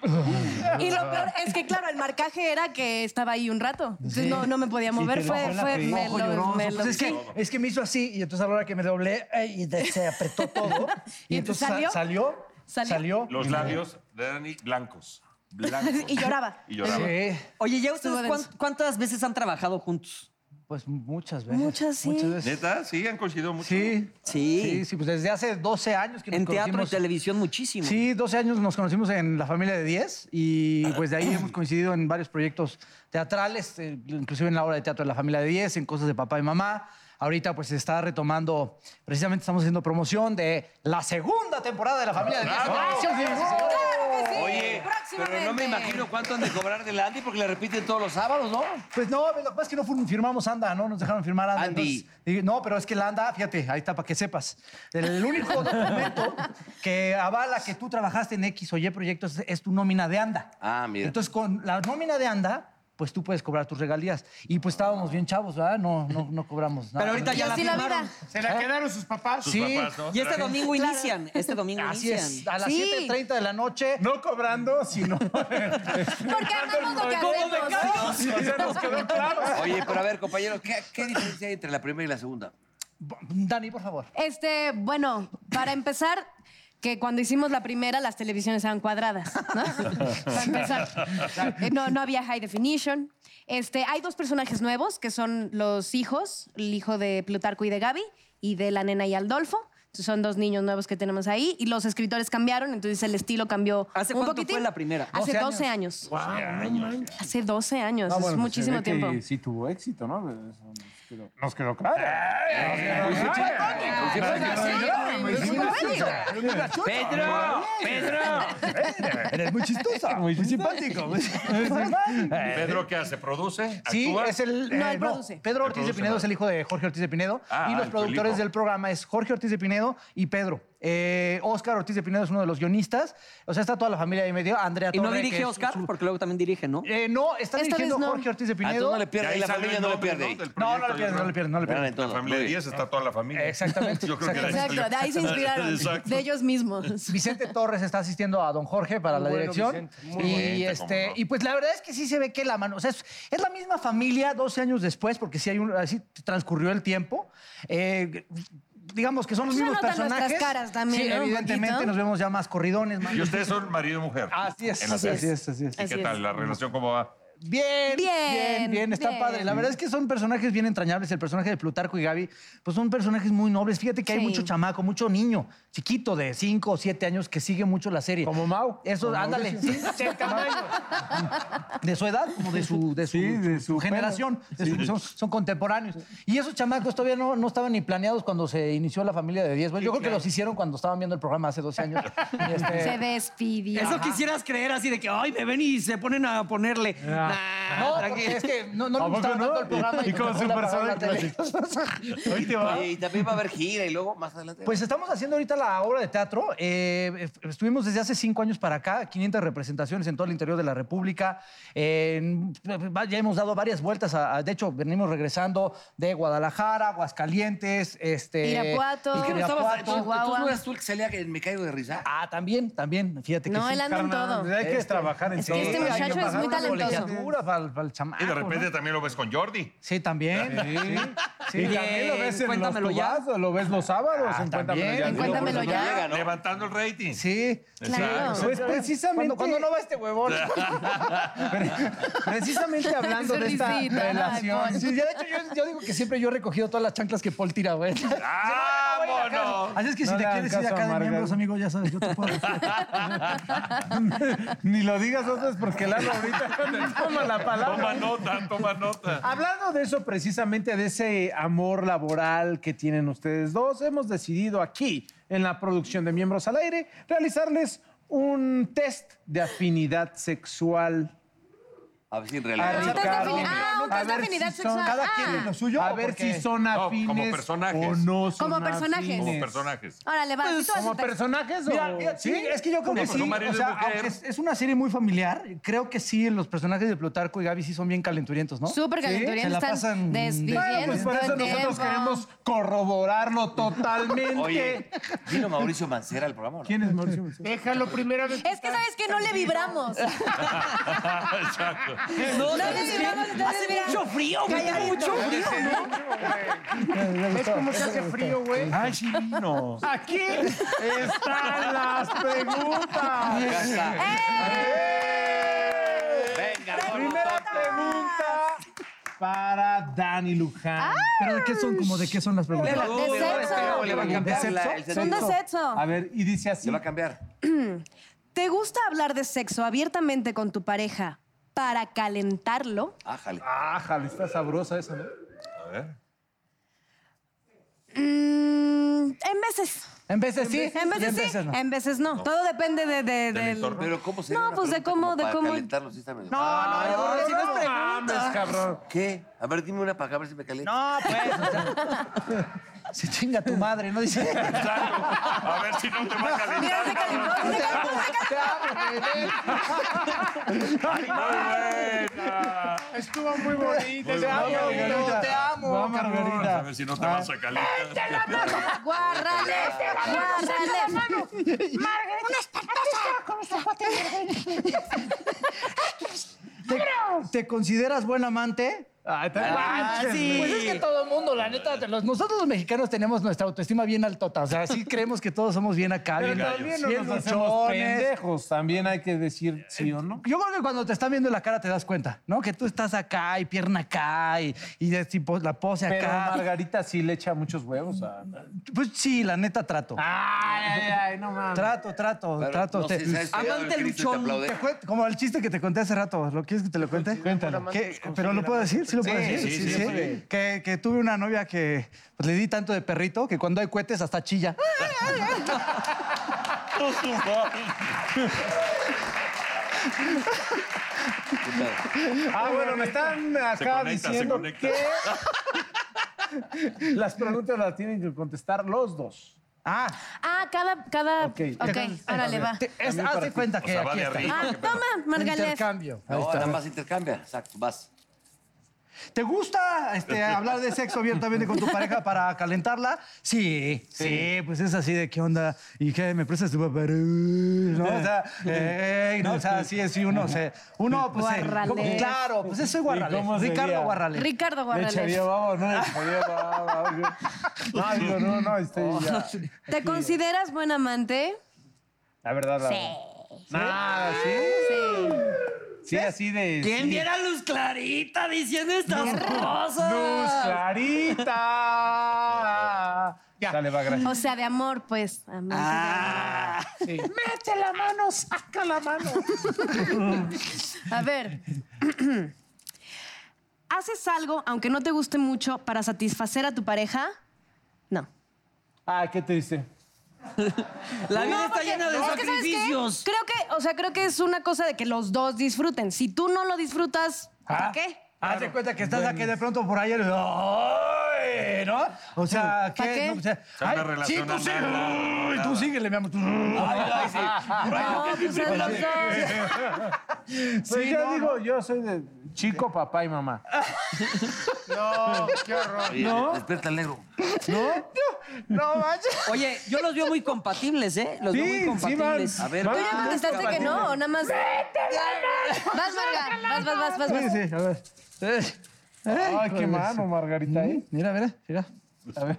[SPEAKER 6] Y lo peor es que, claro, el marcaje era que estaba ahí un rato. Entonces no, no me podía mover.
[SPEAKER 7] te lo
[SPEAKER 6] fue,
[SPEAKER 7] bajó la
[SPEAKER 6] fue,
[SPEAKER 7] película.
[SPEAKER 6] me
[SPEAKER 7] Ojo
[SPEAKER 6] lo,
[SPEAKER 7] lloroso,
[SPEAKER 6] me
[SPEAKER 7] pues
[SPEAKER 6] lo-
[SPEAKER 7] es, que, es que me hizo así y entonces a la hora que me doblé ay, y de- se apretó todo.
[SPEAKER 6] ¿Y
[SPEAKER 7] y entonces
[SPEAKER 6] salió?
[SPEAKER 7] sa- salió,
[SPEAKER 6] ¿Salió?
[SPEAKER 7] salió.
[SPEAKER 1] Los labios de Dani blancos. blancos.
[SPEAKER 6] Y lloraba.
[SPEAKER 1] Y lloraba.
[SPEAKER 7] Sí,
[SPEAKER 4] Oye, ¿ya
[SPEAKER 6] Estuvo
[SPEAKER 4] ustedes
[SPEAKER 6] denso.
[SPEAKER 4] cuán- cuántas veces han trabajado juntos?
[SPEAKER 7] pues muchas veces.
[SPEAKER 6] Muchas, sí.
[SPEAKER 7] veces.
[SPEAKER 1] ¿Neta? Sí, han coincidido mucho.
[SPEAKER 7] Sí,
[SPEAKER 4] Sí.
[SPEAKER 7] sí, sí, pues desde hace 12 años que nos
[SPEAKER 4] En teatro y
[SPEAKER 7] conocimos.
[SPEAKER 4] televisión muchísimo.
[SPEAKER 7] Sí, 12 años nos conocimos en la familia de 10 y pues de ahí hemos coincidido en varios proyectos teatrales, eh, inclusive en la obra de teatro de la familia de 10, en cosas de papá y mamá. Ahorita pues se está retomando, precisamente estamos haciendo promoción de la segunda temporada de la familia de 10. en televisión, señoras y señores.
[SPEAKER 6] ¡Claro que sí!
[SPEAKER 3] Oye, pero no me
[SPEAKER 6] Próximamente.
[SPEAKER 3] imagino cuánto han de cobrar del Andy porque le repiten todos los sábados, ¿no?
[SPEAKER 7] Pues no, lo que pasa es que no fir- firmamos ANDA, ¿no? Nos dejaron firmar ANDA.
[SPEAKER 3] Andy.
[SPEAKER 7] entonces- y- no, pero es que la ANDA, fíjate, ahí está para que sepas. El único documento que avala que tú trabajaste en X o Y proyectos es tu nómina de ANDA.
[SPEAKER 3] Ah, mira.
[SPEAKER 7] Entonces, con la nómina de ANDA, pues tú puedes cobrar tus regalías. Y pues estábamos bien chavos, ¿verdad? No, no, no cobramos nada.
[SPEAKER 4] Pero ahorita ya
[SPEAKER 6] Y
[SPEAKER 4] la
[SPEAKER 6] así la
[SPEAKER 4] firmaron.
[SPEAKER 6] vida.
[SPEAKER 5] Se la quedaron sus papás.
[SPEAKER 1] Sus
[SPEAKER 7] Sí.
[SPEAKER 1] papás, ¿no?
[SPEAKER 4] Y este domingo inician. Este domingo
[SPEAKER 7] Así
[SPEAKER 4] inician.
[SPEAKER 7] es, a las
[SPEAKER 6] Sí.
[SPEAKER 7] 7.30 de la noche.
[SPEAKER 2] No cobrando, sino.
[SPEAKER 6] Porque amamos lo que
[SPEAKER 4] ¿Cómo me
[SPEAKER 6] hacemos.
[SPEAKER 4] callo?
[SPEAKER 2] O sea, nos quedó claro.
[SPEAKER 3] Oye, pero a ver, compañero, ¿qué, qué diferencia hay entre la primera y la segunda?
[SPEAKER 7] Dani, por favor.
[SPEAKER 6] Este, bueno, para empezar, que cuando hicimos la primera las televisiones eran cuadradas, ¿no? Para empezar. Eh, No, no había high definition. Este, hay dos personajes nuevos que son los hijos, el hijo de Plutarco y de Gaby y de la nena y Aldolfo. Entonces, son dos niños nuevos que tenemos ahí y los escritores cambiaron, entonces el estilo cambió
[SPEAKER 4] ¿Hace
[SPEAKER 6] un
[SPEAKER 4] cuánto
[SPEAKER 6] poquitín.
[SPEAKER 4] fue la primera?
[SPEAKER 6] Hace
[SPEAKER 7] 12
[SPEAKER 6] 12 años.
[SPEAKER 1] años.
[SPEAKER 6] Hace 12 años, es muchísimo tiempo.
[SPEAKER 8] sí tuvo éxito, ¿no? Eso nos quedó-
[SPEAKER 2] Nos quedó claro. Nos quedó claro.
[SPEAKER 4] ¡Pedro! ¡Pedro!
[SPEAKER 7] Eres muy chistosa, muy, simpático. muy simpático.
[SPEAKER 1] ¿Pedro qué hace? ¿Produce?
[SPEAKER 7] Sí,
[SPEAKER 1] ¿Actúa?
[SPEAKER 7] es el. eh,
[SPEAKER 6] No, él produce.
[SPEAKER 7] Pedro Ortiz
[SPEAKER 1] produce,
[SPEAKER 7] de Pinedo
[SPEAKER 1] ¿no?
[SPEAKER 7] es el hijo de Jorge Ortiz de Pinedo.
[SPEAKER 1] Ah,
[SPEAKER 7] y
[SPEAKER 1] ah,
[SPEAKER 7] los
[SPEAKER 1] el
[SPEAKER 7] productores
[SPEAKER 1] hijo.
[SPEAKER 7] del programa es Jorge Ortiz de Pinedo y Pedro. Eh, Oscar Ortiz de Pinedo es uno de los guionistas. O sea, está toda la familia ahí medio. Andrea
[SPEAKER 4] ¿Y no
[SPEAKER 7] Torre, que
[SPEAKER 4] dirige
[SPEAKER 7] es
[SPEAKER 4] Oscar?
[SPEAKER 7] su-
[SPEAKER 4] Porque luego también dirige, ¿no?
[SPEAKER 7] Eh, no, está
[SPEAKER 6] Esta
[SPEAKER 7] dirigiendo
[SPEAKER 6] vez no.
[SPEAKER 7] Jorge Ortiz de
[SPEAKER 3] Ah,
[SPEAKER 7] Pinedo.
[SPEAKER 3] entonces no le
[SPEAKER 1] De
[SPEAKER 3] pierde,
[SPEAKER 1] ahí
[SPEAKER 3] ahí la
[SPEAKER 1] salió el
[SPEAKER 3] familia no le
[SPEAKER 1] nombre,
[SPEAKER 3] pierde.
[SPEAKER 1] Del
[SPEAKER 7] No, no le
[SPEAKER 1] proyecto,
[SPEAKER 7] pierdes,
[SPEAKER 1] yo
[SPEAKER 7] no
[SPEAKER 1] creo.
[SPEAKER 7] le pierdes, no le
[SPEAKER 3] Ganan
[SPEAKER 7] pierdes.
[SPEAKER 3] en todo.
[SPEAKER 1] La familia de
[SPEAKER 3] Muy bien.
[SPEAKER 1] 10 está toda la familia.
[SPEAKER 7] Eh, Exactamente.
[SPEAKER 1] Yo creo que de ahí
[SPEAKER 6] Exacto,
[SPEAKER 1] salió.
[SPEAKER 6] de ahí se inspiraron,
[SPEAKER 1] Exacto.
[SPEAKER 6] de ellos mismos.
[SPEAKER 7] Vicente Torres está asistiendo a don Jorge para la dirección. y
[SPEAKER 1] Vicente,
[SPEAKER 7] este,
[SPEAKER 1] cómo no.
[SPEAKER 7] y pues la verdad es que sí se ve que la mano, o sea, es, es la misma familia 12 años después, porque sí hay un, así transcurrió el tiempo. Eh, digamos que son los
[SPEAKER 6] Se
[SPEAKER 7] mismos
[SPEAKER 6] notan nuestras
[SPEAKER 7] personajes.
[SPEAKER 6] caras también,
[SPEAKER 7] Sí,
[SPEAKER 6] ¿no? Un
[SPEAKER 7] evidentemente
[SPEAKER 6] poquito.
[SPEAKER 7] nos vemos ya más corridones, más.
[SPEAKER 1] Y ustedes son marido y mujer.
[SPEAKER 7] Así es,
[SPEAKER 1] En la
[SPEAKER 7] así
[SPEAKER 1] serie.
[SPEAKER 7] es, así es.
[SPEAKER 1] ¿Y
[SPEAKER 6] Así
[SPEAKER 1] qué
[SPEAKER 6] es.
[SPEAKER 1] tal? ¿La relación cómo va?
[SPEAKER 7] Bien,
[SPEAKER 6] Bien,
[SPEAKER 7] bien, bien, está
[SPEAKER 6] bien.
[SPEAKER 7] padre. La verdad es que son personajes bien entrañables. El personaje de Plutarco y Gaby, pues son personajes muy nobles. Fíjate que hay
[SPEAKER 6] Sí.
[SPEAKER 7] mucho chamaco, mucho niño, chiquito de 5 o 7 años que sigue mucho la serie.
[SPEAKER 2] Como Mau.
[SPEAKER 7] Eso,
[SPEAKER 2] Como
[SPEAKER 7] ándale.
[SPEAKER 2] Mauricio.
[SPEAKER 7] sí, sí, de su edad, como de su, de su,
[SPEAKER 8] Sí, de su
[SPEAKER 7] generación. de su- son, son contemporáneos. Y esos chamacos todavía no, no estaban ni planeados cuando se inició la familia de 10. Bueno, yo creo que los hicieron cuando estaban viendo el programa hace 12 años. Y este,
[SPEAKER 6] Se despidió.
[SPEAKER 4] Eso quisieras creer así de que, ay, me ven y se ponen a ponerle.
[SPEAKER 3] Ah.
[SPEAKER 4] Nah,
[SPEAKER 7] no, porque
[SPEAKER 4] tranquilo.
[SPEAKER 7] es que no, no le
[SPEAKER 2] ¿A poco
[SPEAKER 7] gustaba
[SPEAKER 2] no?
[SPEAKER 7] tanto el programa.
[SPEAKER 2] Y con
[SPEAKER 7] Coca-Cola
[SPEAKER 2] su
[SPEAKER 7] paró
[SPEAKER 2] persona
[SPEAKER 7] la
[SPEAKER 2] de
[SPEAKER 7] tele.
[SPEAKER 2] Ahí te va.
[SPEAKER 3] Oye, y también va a haber gira y luego más adelante.
[SPEAKER 7] Pues estamos haciendo ahorita la obra de teatro. Eh, eh, estuvimos desde hace cinco años para acá, 500 representaciones en todo el interior de la República. En- ya hemos dado varias vueltas. a- a- de hecho, venimos regresando de Guadalajara, Aguascalientes, este,
[SPEAKER 6] Irapuato.
[SPEAKER 3] ¿Y qué no
[SPEAKER 7] Irapuato.
[SPEAKER 3] estabas? ¿Tú
[SPEAKER 6] Chihuahua.
[SPEAKER 3] no eras tú el que salía que me caigo de risa?
[SPEAKER 7] Ah, también, también. Fíjate que
[SPEAKER 6] No,
[SPEAKER 7] sí.
[SPEAKER 6] él anda en todo.
[SPEAKER 2] Hay que
[SPEAKER 7] Este-
[SPEAKER 2] trabajar en
[SPEAKER 6] Es que este
[SPEAKER 2] todo.
[SPEAKER 6] muchacho es muy
[SPEAKER 7] Una
[SPEAKER 6] talentoso.
[SPEAKER 7] colegiatura para, para el
[SPEAKER 6] Ah,
[SPEAKER 7] chamaco,
[SPEAKER 1] Y
[SPEAKER 6] pues,
[SPEAKER 1] de repente
[SPEAKER 7] ¿no?
[SPEAKER 1] también lo ves con Jordi.
[SPEAKER 7] Sí, también.
[SPEAKER 2] Sí.
[SPEAKER 7] Sí.
[SPEAKER 2] Y también lo
[SPEAKER 4] Bien,
[SPEAKER 2] ves en los
[SPEAKER 4] cuéntamelo ya.
[SPEAKER 2] tubazos, lo ves los sábados
[SPEAKER 7] Ah,
[SPEAKER 2] en Cuéntamelo
[SPEAKER 7] también.
[SPEAKER 2] ya.
[SPEAKER 6] En Cuéntamelo
[SPEAKER 3] Cuando
[SPEAKER 6] ya.
[SPEAKER 3] llega, ¿no?
[SPEAKER 1] Levantando el rating.
[SPEAKER 7] Sí.
[SPEAKER 6] Claro.
[SPEAKER 1] Exacto.
[SPEAKER 2] Pues precisamente...
[SPEAKER 7] Cuando, cuando no va este huevón. Precisamente hablando
[SPEAKER 6] Su
[SPEAKER 7] de esta
[SPEAKER 6] risita, ay, Paul.
[SPEAKER 7] relación. Sí, ya de hecho, yo, yo digo que siempre yo he recogido todas las chanclas que Paul tira, güey.
[SPEAKER 1] ¡Vámonos!
[SPEAKER 7] Así es que
[SPEAKER 2] No
[SPEAKER 7] si te
[SPEAKER 2] le hagan
[SPEAKER 7] quieres ir
[SPEAKER 2] caso a
[SPEAKER 7] acá de
[SPEAKER 2] Margarita.
[SPEAKER 7] miembros, amigo, ya sabes, yo te puedo.
[SPEAKER 2] Ni lo digas otras porque Lalo ahorita cuando toma la
[SPEAKER 1] Toma
[SPEAKER 2] palabra.
[SPEAKER 1] nota, toma nota.
[SPEAKER 6] Ah,
[SPEAKER 2] Hablando de eso, precisamente de ese amor laboral que tienen ustedes dos, hemos decidido aquí, en la producción de Miembros al Aire, realizarles un test de afinidad sexual.
[SPEAKER 3] A ver si en
[SPEAKER 2] A
[SPEAKER 3] realidad.
[SPEAKER 6] test de
[SPEAKER 2] Ricardo.
[SPEAKER 6] afini- ah, un
[SPEAKER 2] A
[SPEAKER 6] test de
[SPEAKER 2] ver
[SPEAKER 6] afinidad
[SPEAKER 2] si son-
[SPEAKER 6] sexual.
[SPEAKER 7] cada
[SPEAKER 6] Ah.
[SPEAKER 7] quien en lo suyo.
[SPEAKER 2] A
[SPEAKER 7] o
[SPEAKER 2] ver
[SPEAKER 7] porque-
[SPEAKER 2] si son
[SPEAKER 1] No, como
[SPEAKER 2] afines
[SPEAKER 1] personajes.
[SPEAKER 2] o no son
[SPEAKER 6] Como personajes.
[SPEAKER 2] afines.
[SPEAKER 1] Como personajes.
[SPEAKER 6] Órale, va. ¿tú haces
[SPEAKER 2] ¿Como
[SPEAKER 6] texto?
[SPEAKER 2] personajes o...?
[SPEAKER 7] Mira, mira, sí, es que yo creo
[SPEAKER 1] Porque
[SPEAKER 7] que
[SPEAKER 1] son
[SPEAKER 7] sí.
[SPEAKER 1] marido
[SPEAKER 7] O
[SPEAKER 1] y
[SPEAKER 7] sea,
[SPEAKER 1] mujer.
[SPEAKER 7] aunque es, es una serie muy familiar, creo que sí, los personajes de Plutarco y Gaby sí son bien calenturientos, ¿no?
[SPEAKER 6] Súper calenturientos,
[SPEAKER 7] se la
[SPEAKER 6] están
[SPEAKER 7] pasan-
[SPEAKER 6] desviviendo.
[SPEAKER 2] Bueno, pues por
[SPEAKER 6] todo
[SPEAKER 2] eso
[SPEAKER 6] el
[SPEAKER 2] nosotros
[SPEAKER 6] tiempo.
[SPEAKER 2] queremos corroborarlo totalmente.
[SPEAKER 3] Oye, ¿vino Mauricio Mancera al programa o no?
[SPEAKER 2] ¿Quién es Mauricio? Mancera?
[SPEAKER 5] Déjalo primero.
[SPEAKER 6] Es que sabes que no le vibramos.
[SPEAKER 1] Exacto.
[SPEAKER 4] No,
[SPEAKER 6] No
[SPEAKER 4] no,
[SPEAKER 6] le vibramos. entonces, mira,
[SPEAKER 4] mucho frío, güey, mucho frío.
[SPEAKER 5] Es como se hace frío, güey.
[SPEAKER 2] Ay, sí vino.
[SPEAKER 5] Aquí.
[SPEAKER 2] Están las preguntas.
[SPEAKER 3] Ya está. Venga,
[SPEAKER 2] Primera pregunta para Dani Luján. Ah,
[SPEAKER 7] ¿Pero de qué son? Como ¿De qué son las preguntas?
[SPEAKER 6] De
[SPEAKER 3] Léela, léela,
[SPEAKER 6] sexo.
[SPEAKER 3] léela, Le va a cambiar
[SPEAKER 2] ¿De
[SPEAKER 3] la-
[SPEAKER 2] sexo?
[SPEAKER 3] el
[SPEAKER 6] Son de
[SPEAKER 3] sentido.
[SPEAKER 6] sexo.
[SPEAKER 2] A ver, y dice así.
[SPEAKER 3] Le va a cambiar.
[SPEAKER 6] ¿Te gusta hablar de sexo abiertamente con tu pareja para calentarlo?
[SPEAKER 3] Ájale.
[SPEAKER 2] Ájale, está sabrosa esa, ¿no?
[SPEAKER 1] A ver.
[SPEAKER 6] Mm, en veces.
[SPEAKER 7] En veces sí,
[SPEAKER 6] En
[SPEAKER 7] y
[SPEAKER 6] veces,
[SPEAKER 7] en
[SPEAKER 6] sí,
[SPEAKER 7] veces no.
[SPEAKER 6] en veces no. Todo depende de, de- del-
[SPEAKER 1] entorno.
[SPEAKER 3] Pero ¿cómo se
[SPEAKER 6] No, pues, de cómo- de cómo-
[SPEAKER 3] calentarlo, sí está medio-
[SPEAKER 7] No, no, yo creo que sí, Ah, no es pregunta.
[SPEAKER 2] mames, cabrón.
[SPEAKER 3] ¿Qué? A ver, dime una para acá, a ver si me calienta.
[SPEAKER 7] No, pues, o sea, se chinga tu madre, ¿no? Dice,
[SPEAKER 1] Exacto. A ver si no te va a
[SPEAKER 6] Mira, se
[SPEAKER 1] calentar.
[SPEAKER 6] calentó, se
[SPEAKER 7] te
[SPEAKER 6] calentó.
[SPEAKER 7] amo, te amo, bebé.
[SPEAKER 1] Muy buena.
[SPEAKER 5] Estuvo muy bonita.
[SPEAKER 1] Muy
[SPEAKER 5] estuvo
[SPEAKER 1] amo,
[SPEAKER 5] bonito.
[SPEAKER 7] Margarita. Te amo,
[SPEAKER 2] Va,
[SPEAKER 1] A
[SPEAKER 2] Margarita.
[SPEAKER 1] ver si no te vas a calentar.
[SPEAKER 6] Guárrale, guárrale.
[SPEAKER 7] ¿Te, te consideras buen amante?
[SPEAKER 2] Ay, te-
[SPEAKER 7] Ah,
[SPEAKER 2] manches,
[SPEAKER 7] sí. Pues es que todo el mundo, la neta, los- nosotros los mexicanos tenemos nuestra autoestima bien altota. O sea, sí creemos que todos somos bien acá,
[SPEAKER 2] Pero
[SPEAKER 7] bien,
[SPEAKER 2] también no
[SPEAKER 7] bien
[SPEAKER 2] nos hacemos
[SPEAKER 7] luchones.
[SPEAKER 2] pendejos. También hay que decir sí o no.
[SPEAKER 7] Yo creo que cuando te están viendo la cara te das cuenta, ¿no? Que tú estás acá y pierna acá y, y de tipo la pose
[SPEAKER 2] Pero
[SPEAKER 7] acá.
[SPEAKER 2] Margarita sí le echa muchos huevos a...
[SPEAKER 7] Pues sí, la neta trato.
[SPEAKER 2] Ah, Ay, ay, ay, no mames.
[SPEAKER 7] Trato, trato,
[SPEAKER 3] Pero
[SPEAKER 7] trato.
[SPEAKER 3] no
[SPEAKER 7] Te-
[SPEAKER 3] sé, ¿sabes?
[SPEAKER 7] Amante
[SPEAKER 3] Cristo te
[SPEAKER 7] luchón.
[SPEAKER 3] aplaude.
[SPEAKER 7] Te cuento- como el chiste que te conté hace rato. ¿Lo quieres que te lo cuente?
[SPEAKER 2] Cuéntalo.
[SPEAKER 7] ¿Qué? ¿Pero lo puedo decir? ¿Sí lo puedo
[SPEAKER 2] Sí,
[SPEAKER 7] decir?
[SPEAKER 2] sí, sí, sí.
[SPEAKER 7] Que, que tuve una novia que pues, le di tanto de perrito que cuando hay cohetes hasta chilla.
[SPEAKER 2] Ah, bueno, me están acá
[SPEAKER 1] conecta, se
[SPEAKER 2] diciendo
[SPEAKER 1] conecta.
[SPEAKER 2] que las preguntas las tienen que contestar los dos.
[SPEAKER 7] Ah,
[SPEAKER 6] Ah, cada. cada...
[SPEAKER 2] Ok.
[SPEAKER 6] Ok,
[SPEAKER 2] Entonces,
[SPEAKER 6] órale, va.
[SPEAKER 7] te- es,
[SPEAKER 2] También para
[SPEAKER 7] hazte
[SPEAKER 2] ti.
[SPEAKER 7] cuenta
[SPEAKER 1] O
[SPEAKER 7] que
[SPEAKER 1] sea, va
[SPEAKER 7] aquí
[SPEAKER 1] de
[SPEAKER 7] está.
[SPEAKER 1] arriba.
[SPEAKER 6] Ah,
[SPEAKER 1] qué pedo.
[SPEAKER 6] toma, Margalef.
[SPEAKER 7] Intercambio. Ahí
[SPEAKER 3] No,
[SPEAKER 7] está.
[SPEAKER 3] nada más intercambia. Exacto, vas.
[SPEAKER 7] ¿Te gusta este, hablar de sexo abiertamente con tu pareja para calentarla? Sí, sí, pues es así de qué onda y qué me prestas tu papá. ¿No? O sea, ey, no, o sea, sí, sí, uno se. Uno, pues. se-
[SPEAKER 6] Guarrales.
[SPEAKER 7] como- claro, pues eso es guarrales.
[SPEAKER 2] ¿Y cómo sería?
[SPEAKER 7] Ricardo Guarrales.
[SPEAKER 6] Ricardo
[SPEAKER 2] Le echaría
[SPEAKER 6] Guarrales.
[SPEAKER 2] vamos, no le echaría vamos. No, digo, no, no, estoy ya.
[SPEAKER 6] ¿Te consideras buen amante?
[SPEAKER 2] La verdad, la verdad. Nada, sí.
[SPEAKER 6] Sí.
[SPEAKER 2] Sí, así de. sí.
[SPEAKER 4] Luz Clarita diciendo estas
[SPEAKER 2] Luz Clarita. Ya. Dale, va, gracias.
[SPEAKER 6] O sea, de amor, pues. Amante.
[SPEAKER 2] Mete la mano, saca la mano.
[SPEAKER 6] A ver. ¿Haces algo, aunque no te guste mucho, para satisfacer a tu pareja? No.
[SPEAKER 2] Ay, qué triste.
[SPEAKER 4] La vida está
[SPEAKER 6] porque-
[SPEAKER 4] llena de
[SPEAKER 6] es que, ¿sabes qué?
[SPEAKER 4] sacrificios.
[SPEAKER 6] Creo que, o sea, creo que es una cosa de que los dos disfruten. Si tú no lo disfrutas, ¿para
[SPEAKER 7] Ah,
[SPEAKER 6] qué?
[SPEAKER 7] Haz de cuenta que estás aquí de pronto por ahí. ¡Ay! ¿No? O sea, ¿qué?
[SPEAKER 6] ¿Pa qué?
[SPEAKER 7] No, o sea,
[SPEAKER 1] una
[SPEAKER 7] ay, sí,
[SPEAKER 1] relación
[SPEAKER 7] tú sí.
[SPEAKER 1] andando.
[SPEAKER 7] Ay, tú síguele, mi amor.
[SPEAKER 6] No, pues a los dos.
[SPEAKER 2] Pues
[SPEAKER 7] Sí,
[SPEAKER 2] yo
[SPEAKER 7] no,
[SPEAKER 2] digo, yo soy de chico, papá y mamá.
[SPEAKER 5] No, qué horror.
[SPEAKER 3] Oye,
[SPEAKER 2] No.
[SPEAKER 3] Despierta el negro.
[SPEAKER 2] No manches.
[SPEAKER 4] Oye, yo los veo muy compatibles, ¿eh? Los veo muy
[SPEAKER 2] Sí, sí, van.
[SPEAKER 4] compatibles.
[SPEAKER 3] A ver,
[SPEAKER 6] ¿Tú ya contestaste que no? ¿O nada más? Vas, Marga. Vas, vas, vas, vas. vas.
[SPEAKER 7] Sí, sí, a ver.
[SPEAKER 2] Ay, qué mano, Margarita, ¿eh?
[SPEAKER 7] Mira, mira, mira.
[SPEAKER 2] A ver.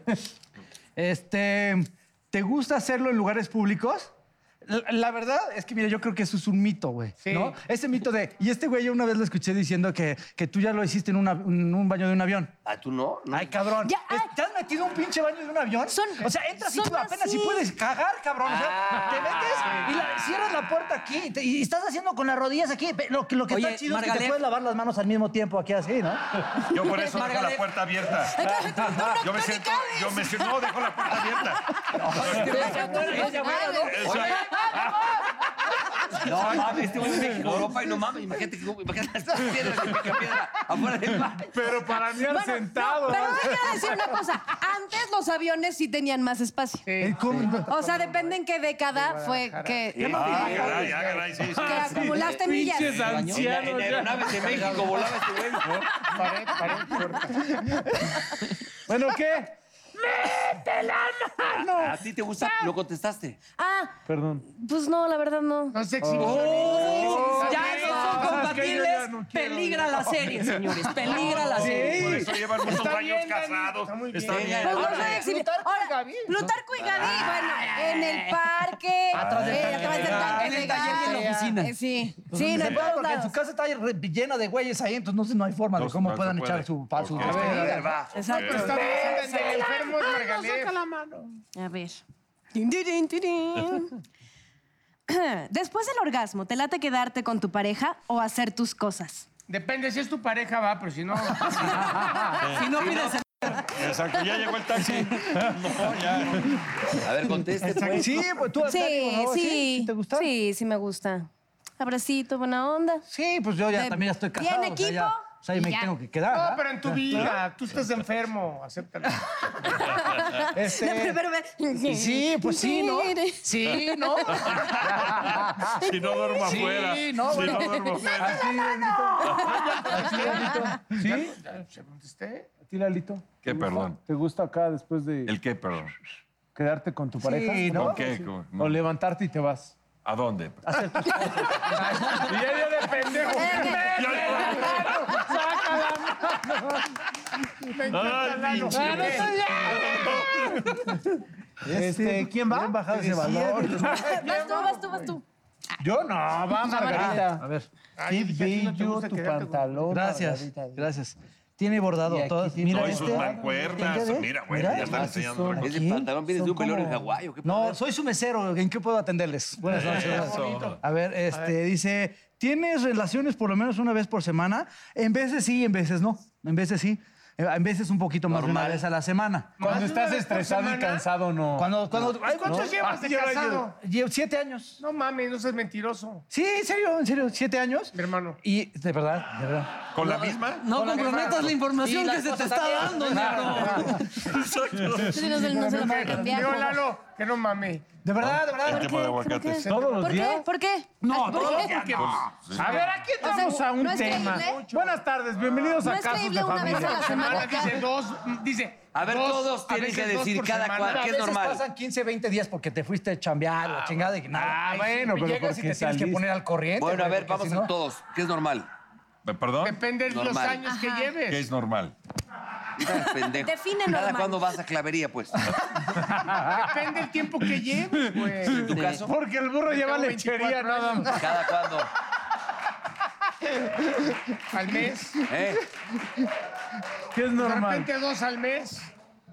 [SPEAKER 7] Este, ¿te gusta hacerlo en lugares públicos? La, la verdad es que, mira, yo creo que eso es un mito, güey. ¿no? Ese mito de. Y este güey, yo una vez lo escuché diciendo que, que tú ya lo hiciste en, una- en un baño de un avión.
[SPEAKER 3] Ah, tú no. No.
[SPEAKER 7] Ay, cabrón.
[SPEAKER 6] Ya, ay.
[SPEAKER 7] ¿Te has metido un pinche baño de un avión?
[SPEAKER 6] Son-
[SPEAKER 7] o sea, entras y
[SPEAKER 6] son
[SPEAKER 7] tú apenas
[SPEAKER 6] así.
[SPEAKER 7] si puedes cagar, cabrón. O sea,
[SPEAKER 4] Ah.
[SPEAKER 7] te metes y la- cierras la puerta aquí y te- y estás haciendo con las rodillas aquí. Pe- Lo, que- lo que está
[SPEAKER 4] Oye,
[SPEAKER 7] chido es que te
[SPEAKER 4] Margalef.
[SPEAKER 7] puedes lavar las manos al mismo tiempo aquí así, ¿no?
[SPEAKER 1] Yo por eso dejo la
[SPEAKER 4] Margaret.
[SPEAKER 1] puerta abierta. Ah, Yo me siento, yo me siento, no, dejo la puerta abierta. O sea,
[SPEAKER 3] No, mames, este güey vive en Europa y no mames. Imagínate que imagínate las piedras que pica piedra afuera del baño.
[SPEAKER 2] Pero para mí al
[SPEAKER 6] Bueno,
[SPEAKER 2] sentado.
[SPEAKER 6] no, pero yo quiero decir una cosa. Antes los aviones sí tenían más espacio. O sea, depende en qué década fue que,
[SPEAKER 1] ah, caray, ah, caray, sí, sí.
[SPEAKER 6] que acumulaste millas.
[SPEAKER 2] Pinches
[SPEAKER 3] En, la- en
[SPEAKER 2] ancianos. ya.
[SPEAKER 3] aeronaves de México volaba este güey.
[SPEAKER 5] Pared, pared, puerta.
[SPEAKER 2] Bueno, ¿qué?
[SPEAKER 3] ¿A ti te gusta? Lo contestaste.
[SPEAKER 6] Ah,
[SPEAKER 2] Perdón.
[SPEAKER 6] pues no, la verdad no.
[SPEAKER 5] No se exhibiciones.
[SPEAKER 4] Ya
[SPEAKER 2] no,
[SPEAKER 4] no son
[SPEAKER 2] ¿sabes qué? Yo ya
[SPEAKER 4] compatibles.
[SPEAKER 2] no quiero.
[SPEAKER 4] Peligra la serie, señores. Peligra la serie.
[SPEAKER 1] Por eso llevan muchos
[SPEAKER 5] Está
[SPEAKER 1] años
[SPEAKER 5] bien, Dani,
[SPEAKER 1] casados.
[SPEAKER 5] está muy
[SPEAKER 1] Está
[SPEAKER 3] bien.
[SPEAKER 1] bien.
[SPEAKER 6] Pues no
[SPEAKER 3] Ahora,
[SPEAKER 6] soy exhibi-
[SPEAKER 5] Plutarco y Ah,
[SPEAKER 6] Ahora,
[SPEAKER 5] Gaby.
[SPEAKER 6] Plutarco y Gaby, bueno, en el parque. eh, Atrás del tanque.
[SPEAKER 4] En el taller y en la
[SPEAKER 6] de gas.
[SPEAKER 4] oficina.
[SPEAKER 6] Eh, Sí, sí, no hay
[SPEAKER 7] Claro,
[SPEAKER 6] todos
[SPEAKER 7] porque en su
[SPEAKER 6] lados.
[SPEAKER 7] casa está re- llena de güeyes ahí, entonces no, sé, no hay forma de
[SPEAKER 1] No,
[SPEAKER 7] cómo
[SPEAKER 1] no se
[SPEAKER 7] puedan
[SPEAKER 1] puede.
[SPEAKER 7] echar su pa- su-
[SPEAKER 1] Ok.
[SPEAKER 7] su-
[SPEAKER 1] A ver,
[SPEAKER 6] Exacto.
[SPEAKER 5] Está bien, del enfermo es Margalef.
[SPEAKER 6] A ver. Tin, tirin, tirin. Después del orgasmo, ¿te late quedarte con tu pareja o hacer tus cosas?
[SPEAKER 5] Depende, si es tu pareja va, pero si no...
[SPEAKER 4] Si no pides
[SPEAKER 1] Exacto, ya llegó el taxi. No, ya.
[SPEAKER 3] A ver, conteste. pues.
[SPEAKER 7] Sí, pues tú, Dani, por
[SPEAKER 6] Sí,
[SPEAKER 7] favor,
[SPEAKER 6] sí.
[SPEAKER 7] ¿Te gusta?
[SPEAKER 6] Sí, sí me gusta. Abracito, buena onda.
[SPEAKER 7] Sí, pues yo ya
[SPEAKER 6] Te-
[SPEAKER 7] también ya estoy
[SPEAKER 6] ¿Tiene
[SPEAKER 7] casado. O sea,
[SPEAKER 6] equipo?
[SPEAKER 7] ya, o sea, ya me
[SPEAKER 6] Y ya.
[SPEAKER 7] tengo que quedar.
[SPEAKER 5] No,
[SPEAKER 7] ¿verdad?
[SPEAKER 5] pero en tu vida, tú estás enfermo, acéptalo.
[SPEAKER 7] Este,
[SPEAKER 6] No, pero- pero-
[SPEAKER 7] Sí, pues sí, ¿no? Sí, ¿no?
[SPEAKER 1] Si no duermo
[SPEAKER 7] Sí,
[SPEAKER 1] afuera.
[SPEAKER 7] no,
[SPEAKER 1] si
[SPEAKER 7] bueno.
[SPEAKER 1] no duermo afuera.
[SPEAKER 2] ¿A ti, Lalito? ¿A ti, Lalito? ¿Sí?
[SPEAKER 5] ¿Se contesté?
[SPEAKER 2] ¿A ti, Lalito?
[SPEAKER 1] ¿Qué
[SPEAKER 2] ¿Te gusta-
[SPEAKER 1] perdón?
[SPEAKER 2] ¿Te gusta acá después de
[SPEAKER 1] ¿El qué, perdón?
[SPEAKER 2] quedarte con tu pareja?
[SPEAKER 7] ¿no?
[SPEAKER 1] ¿Con qué? ¿Con- no?
[SPEAKER 2] O levantarte y te vas.
[SPEAKER 1] ¿A dónde?
[SPEAKER 2] Y ya yo de pendejo.
[SPEAKER 6] Eh,
[SPEAKER 1] Ya-
[SPEAKER 5] Me encanta Lalo.
[SPEAKER 2] Este, ¿Quién va?
[SPEAKER 7] Bien bajado ese valor.
[SPEAKER 6] Vas tú, vas tú, vas tú.
[SPEAKER 2] Yo no, va Margarita.
[SPEAKER 7] A ver.
[SPEAKER 5] Ay,
[SPEAKER 2] Qué
[SPEAKER 5] dije, a ti no te
[SPEAKER 2] bello
[SPEAKER 5] gusta
[SPEAKER 2] tu
[SPEAKER 5] quedarte con-
[SPEAKER 2] pantalón.
[SPEAKER 7] Gracias.
[SPEAKER 2] Margarita.
[SPEAKER 7] Gracias. Tiene bordado
[SPEAKER 2] Y aquí
[SPEAKER 7] todas.
[SPEAKER 2] tiene-
[SPEAKER 7] Mira
[SPEAKER 1] No, y sus
[SPEAKER 7] este.
[SPEAKER 1] mancuernas.
[SPEAKER 7] ¿Entiendes?
[SPEAKER 1] Mira, güey, ya están
[SPEAKER 7] así
[SPEAKER 1] enseñando
[SPEAKER 7] son.
[SPEAKER 1] otra cosa.
[SPEAKER 3] Ese
[SPEAKER 7] ¿Qué?
[SPEAKER 3] pantalón vienes de un
[SPEAKER 7] Son
[SPEAKER 3] velor en
[SPEAKER 7] como-
[SPEAKER 3] Hawái. ¿o qué
[SPEAKER 7] No,
[SPEAKER 3] padre?
[SPEAKER 7] soy su mesero. ¿En qué puedo atenderles? Buenas noches. A ver, este, dice, ¿tienes relaciones por lo menos una vez por semana? En veces sí, en veces no. En veces sí. Eh, En veces un poquito más de una
[SPEAKER 3] Normal.
[SPEAKER 7] vez a la semana.
[SPEAKER 5] ¿Más
[SPEAKER 2] Cuando
[SPEAKER 5] de una
[SPEAKER 2] estás
[SPEAKER 5] vez por
[SPEAKER 2] estresado y
[SPEAKER 5] semana?
[SPEAKER 2] cansado, no.
[SPEAKER 7] Cuando, cuando, ay,
[SPEAKER 5] ¿Cuántos
[SPEAKER 7] no.
[SPEAKER 5] llevas de casado?
[SPEAKER 7] Llevo siete años.
[SPEAKER 5] No mames, no seas mentiroso,
[SPEAKER 7] Sí, en serio, en serio, siete años.
[SPEAKER 5] mi hermano.
[SPEAKER 7] Y, de verdad, de verdad.
[SPEAKER 1] ¿Con la misma?
[SPEAKER 4] No comprometas la información
[SPEAKER 7] Sí, la
[SPEAKER 4] que se te
[SPEAKER 7] cosa
[SPEAKER 4] está
[SPEAKER 7] también.
[SPEAKER 4] dando, negro.
[SPEAKER 6] Sí, no se, no se lo puede cambiar.
[SPEAKER 5] Digo, Lalo, que no mames.
[SPEAKER 7] De verdad, de verdad.
[SPEAKER 1] ¿Qué tipo de aguacates?
[SPEAKER 2] Todos los
[SPEAKER 6] ¿Por qué?
[SPEAKER 2] días.
[SPEAKER 6] ¿Por qué?
[SPEAKER 7] No,
[SPEAKER 6] ¿Por
[SPEAKER 7] todos
[SPEAKER 6] qué?
[SPEAKER 7] los días.
[SPEAKER 5] pues,
[SPEAKER 3] Pues,
[SPEAKER 2] A ver, aquí
[SPEAKER 6] sea,
[SPEAKER 2] estamos a un
[SPEAKER 6] ¿no es
[SPEAKER 2] tema.
[SPEAKER 6] creíble?
[SPEAKER 2] Buenas tardes, bienvenidos
[SPEAKER 6] No
[SPEAKER 2] a
[SPEAKER 6] es
[SPEAKER 2] Casos de
[SPEAKER 6] creíble una vez a
[SPEAKER 2] Familia.
[SPEAKER 6] la semana.
[SPEAKER 5] Dice
[SPEAKER 6] ya.
[SPEAKER 5] dos, dice.
[SPEAKER 3] A ver,
[SPEAKER 5] dos,
[SPEAKER 3] todos
[SPEAKER 5] a
[SPEAKER 3] tienen
[SPEAKER 5] veces
[SPEAKER 3] que
[SPEAKER 5] dos
[SPEAKER 3] decir
[SPEAKER 5] por
[SPEAKER 3] cada
[SPEAKER 5] semana.
[SPEAKER 3] cual.
[SPEAKER 7] A
[SPEAKER 3] ¿Qué es
[SPEAKER 7] veces
[SPEAKER 3] normal?
[SPEAKER 7] pasan 15, 20 días porque te fuiste a chambear, la chingada y nada.
[SPEAKER 2] Ah, bueno, pero
[SPEAKER 7] llegas
[SPEAKER 2] porque
[SPEAKER 7] y te tienes
[SPEAKER 2] saliste.
[SPEAKER 7] que poner al corriente.
[SPEAKER 3] Bueno, a
[SPEAKER 7] güey,
[SPEAKER 3] ver,
[SPEAKER 7] porque
[SPEAKER 3] vamos
[SPEAKER 7] si
[SPEAKER 3] en
[SPEAKER 7] no-
[SPEAKER 3] todos. ¿Qué es normal?
[SPEAKER 1] ¿Eh, ¿Perdón?
[SPEAKER 5] Depende de los
[SPEAKER 3] Normal.
[SPEAKER 5] años que
[SPEAKER 1] ¿Qué
[SPEAKER 5] lleves.
[SPEAKER 1] es normal?
[SPEAKER 3] Pendejo.
[SPEAKER 6] Define
[SPEAKER 3] ¿Cada
[SPEAKER 6] normal.
[SPEAKER 3] cuándo vas a clavería, pues?
[SPEAKER 5] Depende del tiempo que lleves, güey.
[SPEAKER 3] En tu caso,
[SPEAKER 2] Porque el burro lleva
[SPEAKER 5] Tengo
[SPEAKER 2] lechería
[SPEAKER 5] 24
[SPEAKER 2] nada más.
[SPEAKER 3] ¿cada cuándo?
[SPEAKER 5] Al mes.
[SPEAKER 3] ¿Eh?
[SPEAKER 2] Que es
[SPEAKER 5] De
[SPEAKER 2] normal.
[SPEAKER 5] repente dos al mes.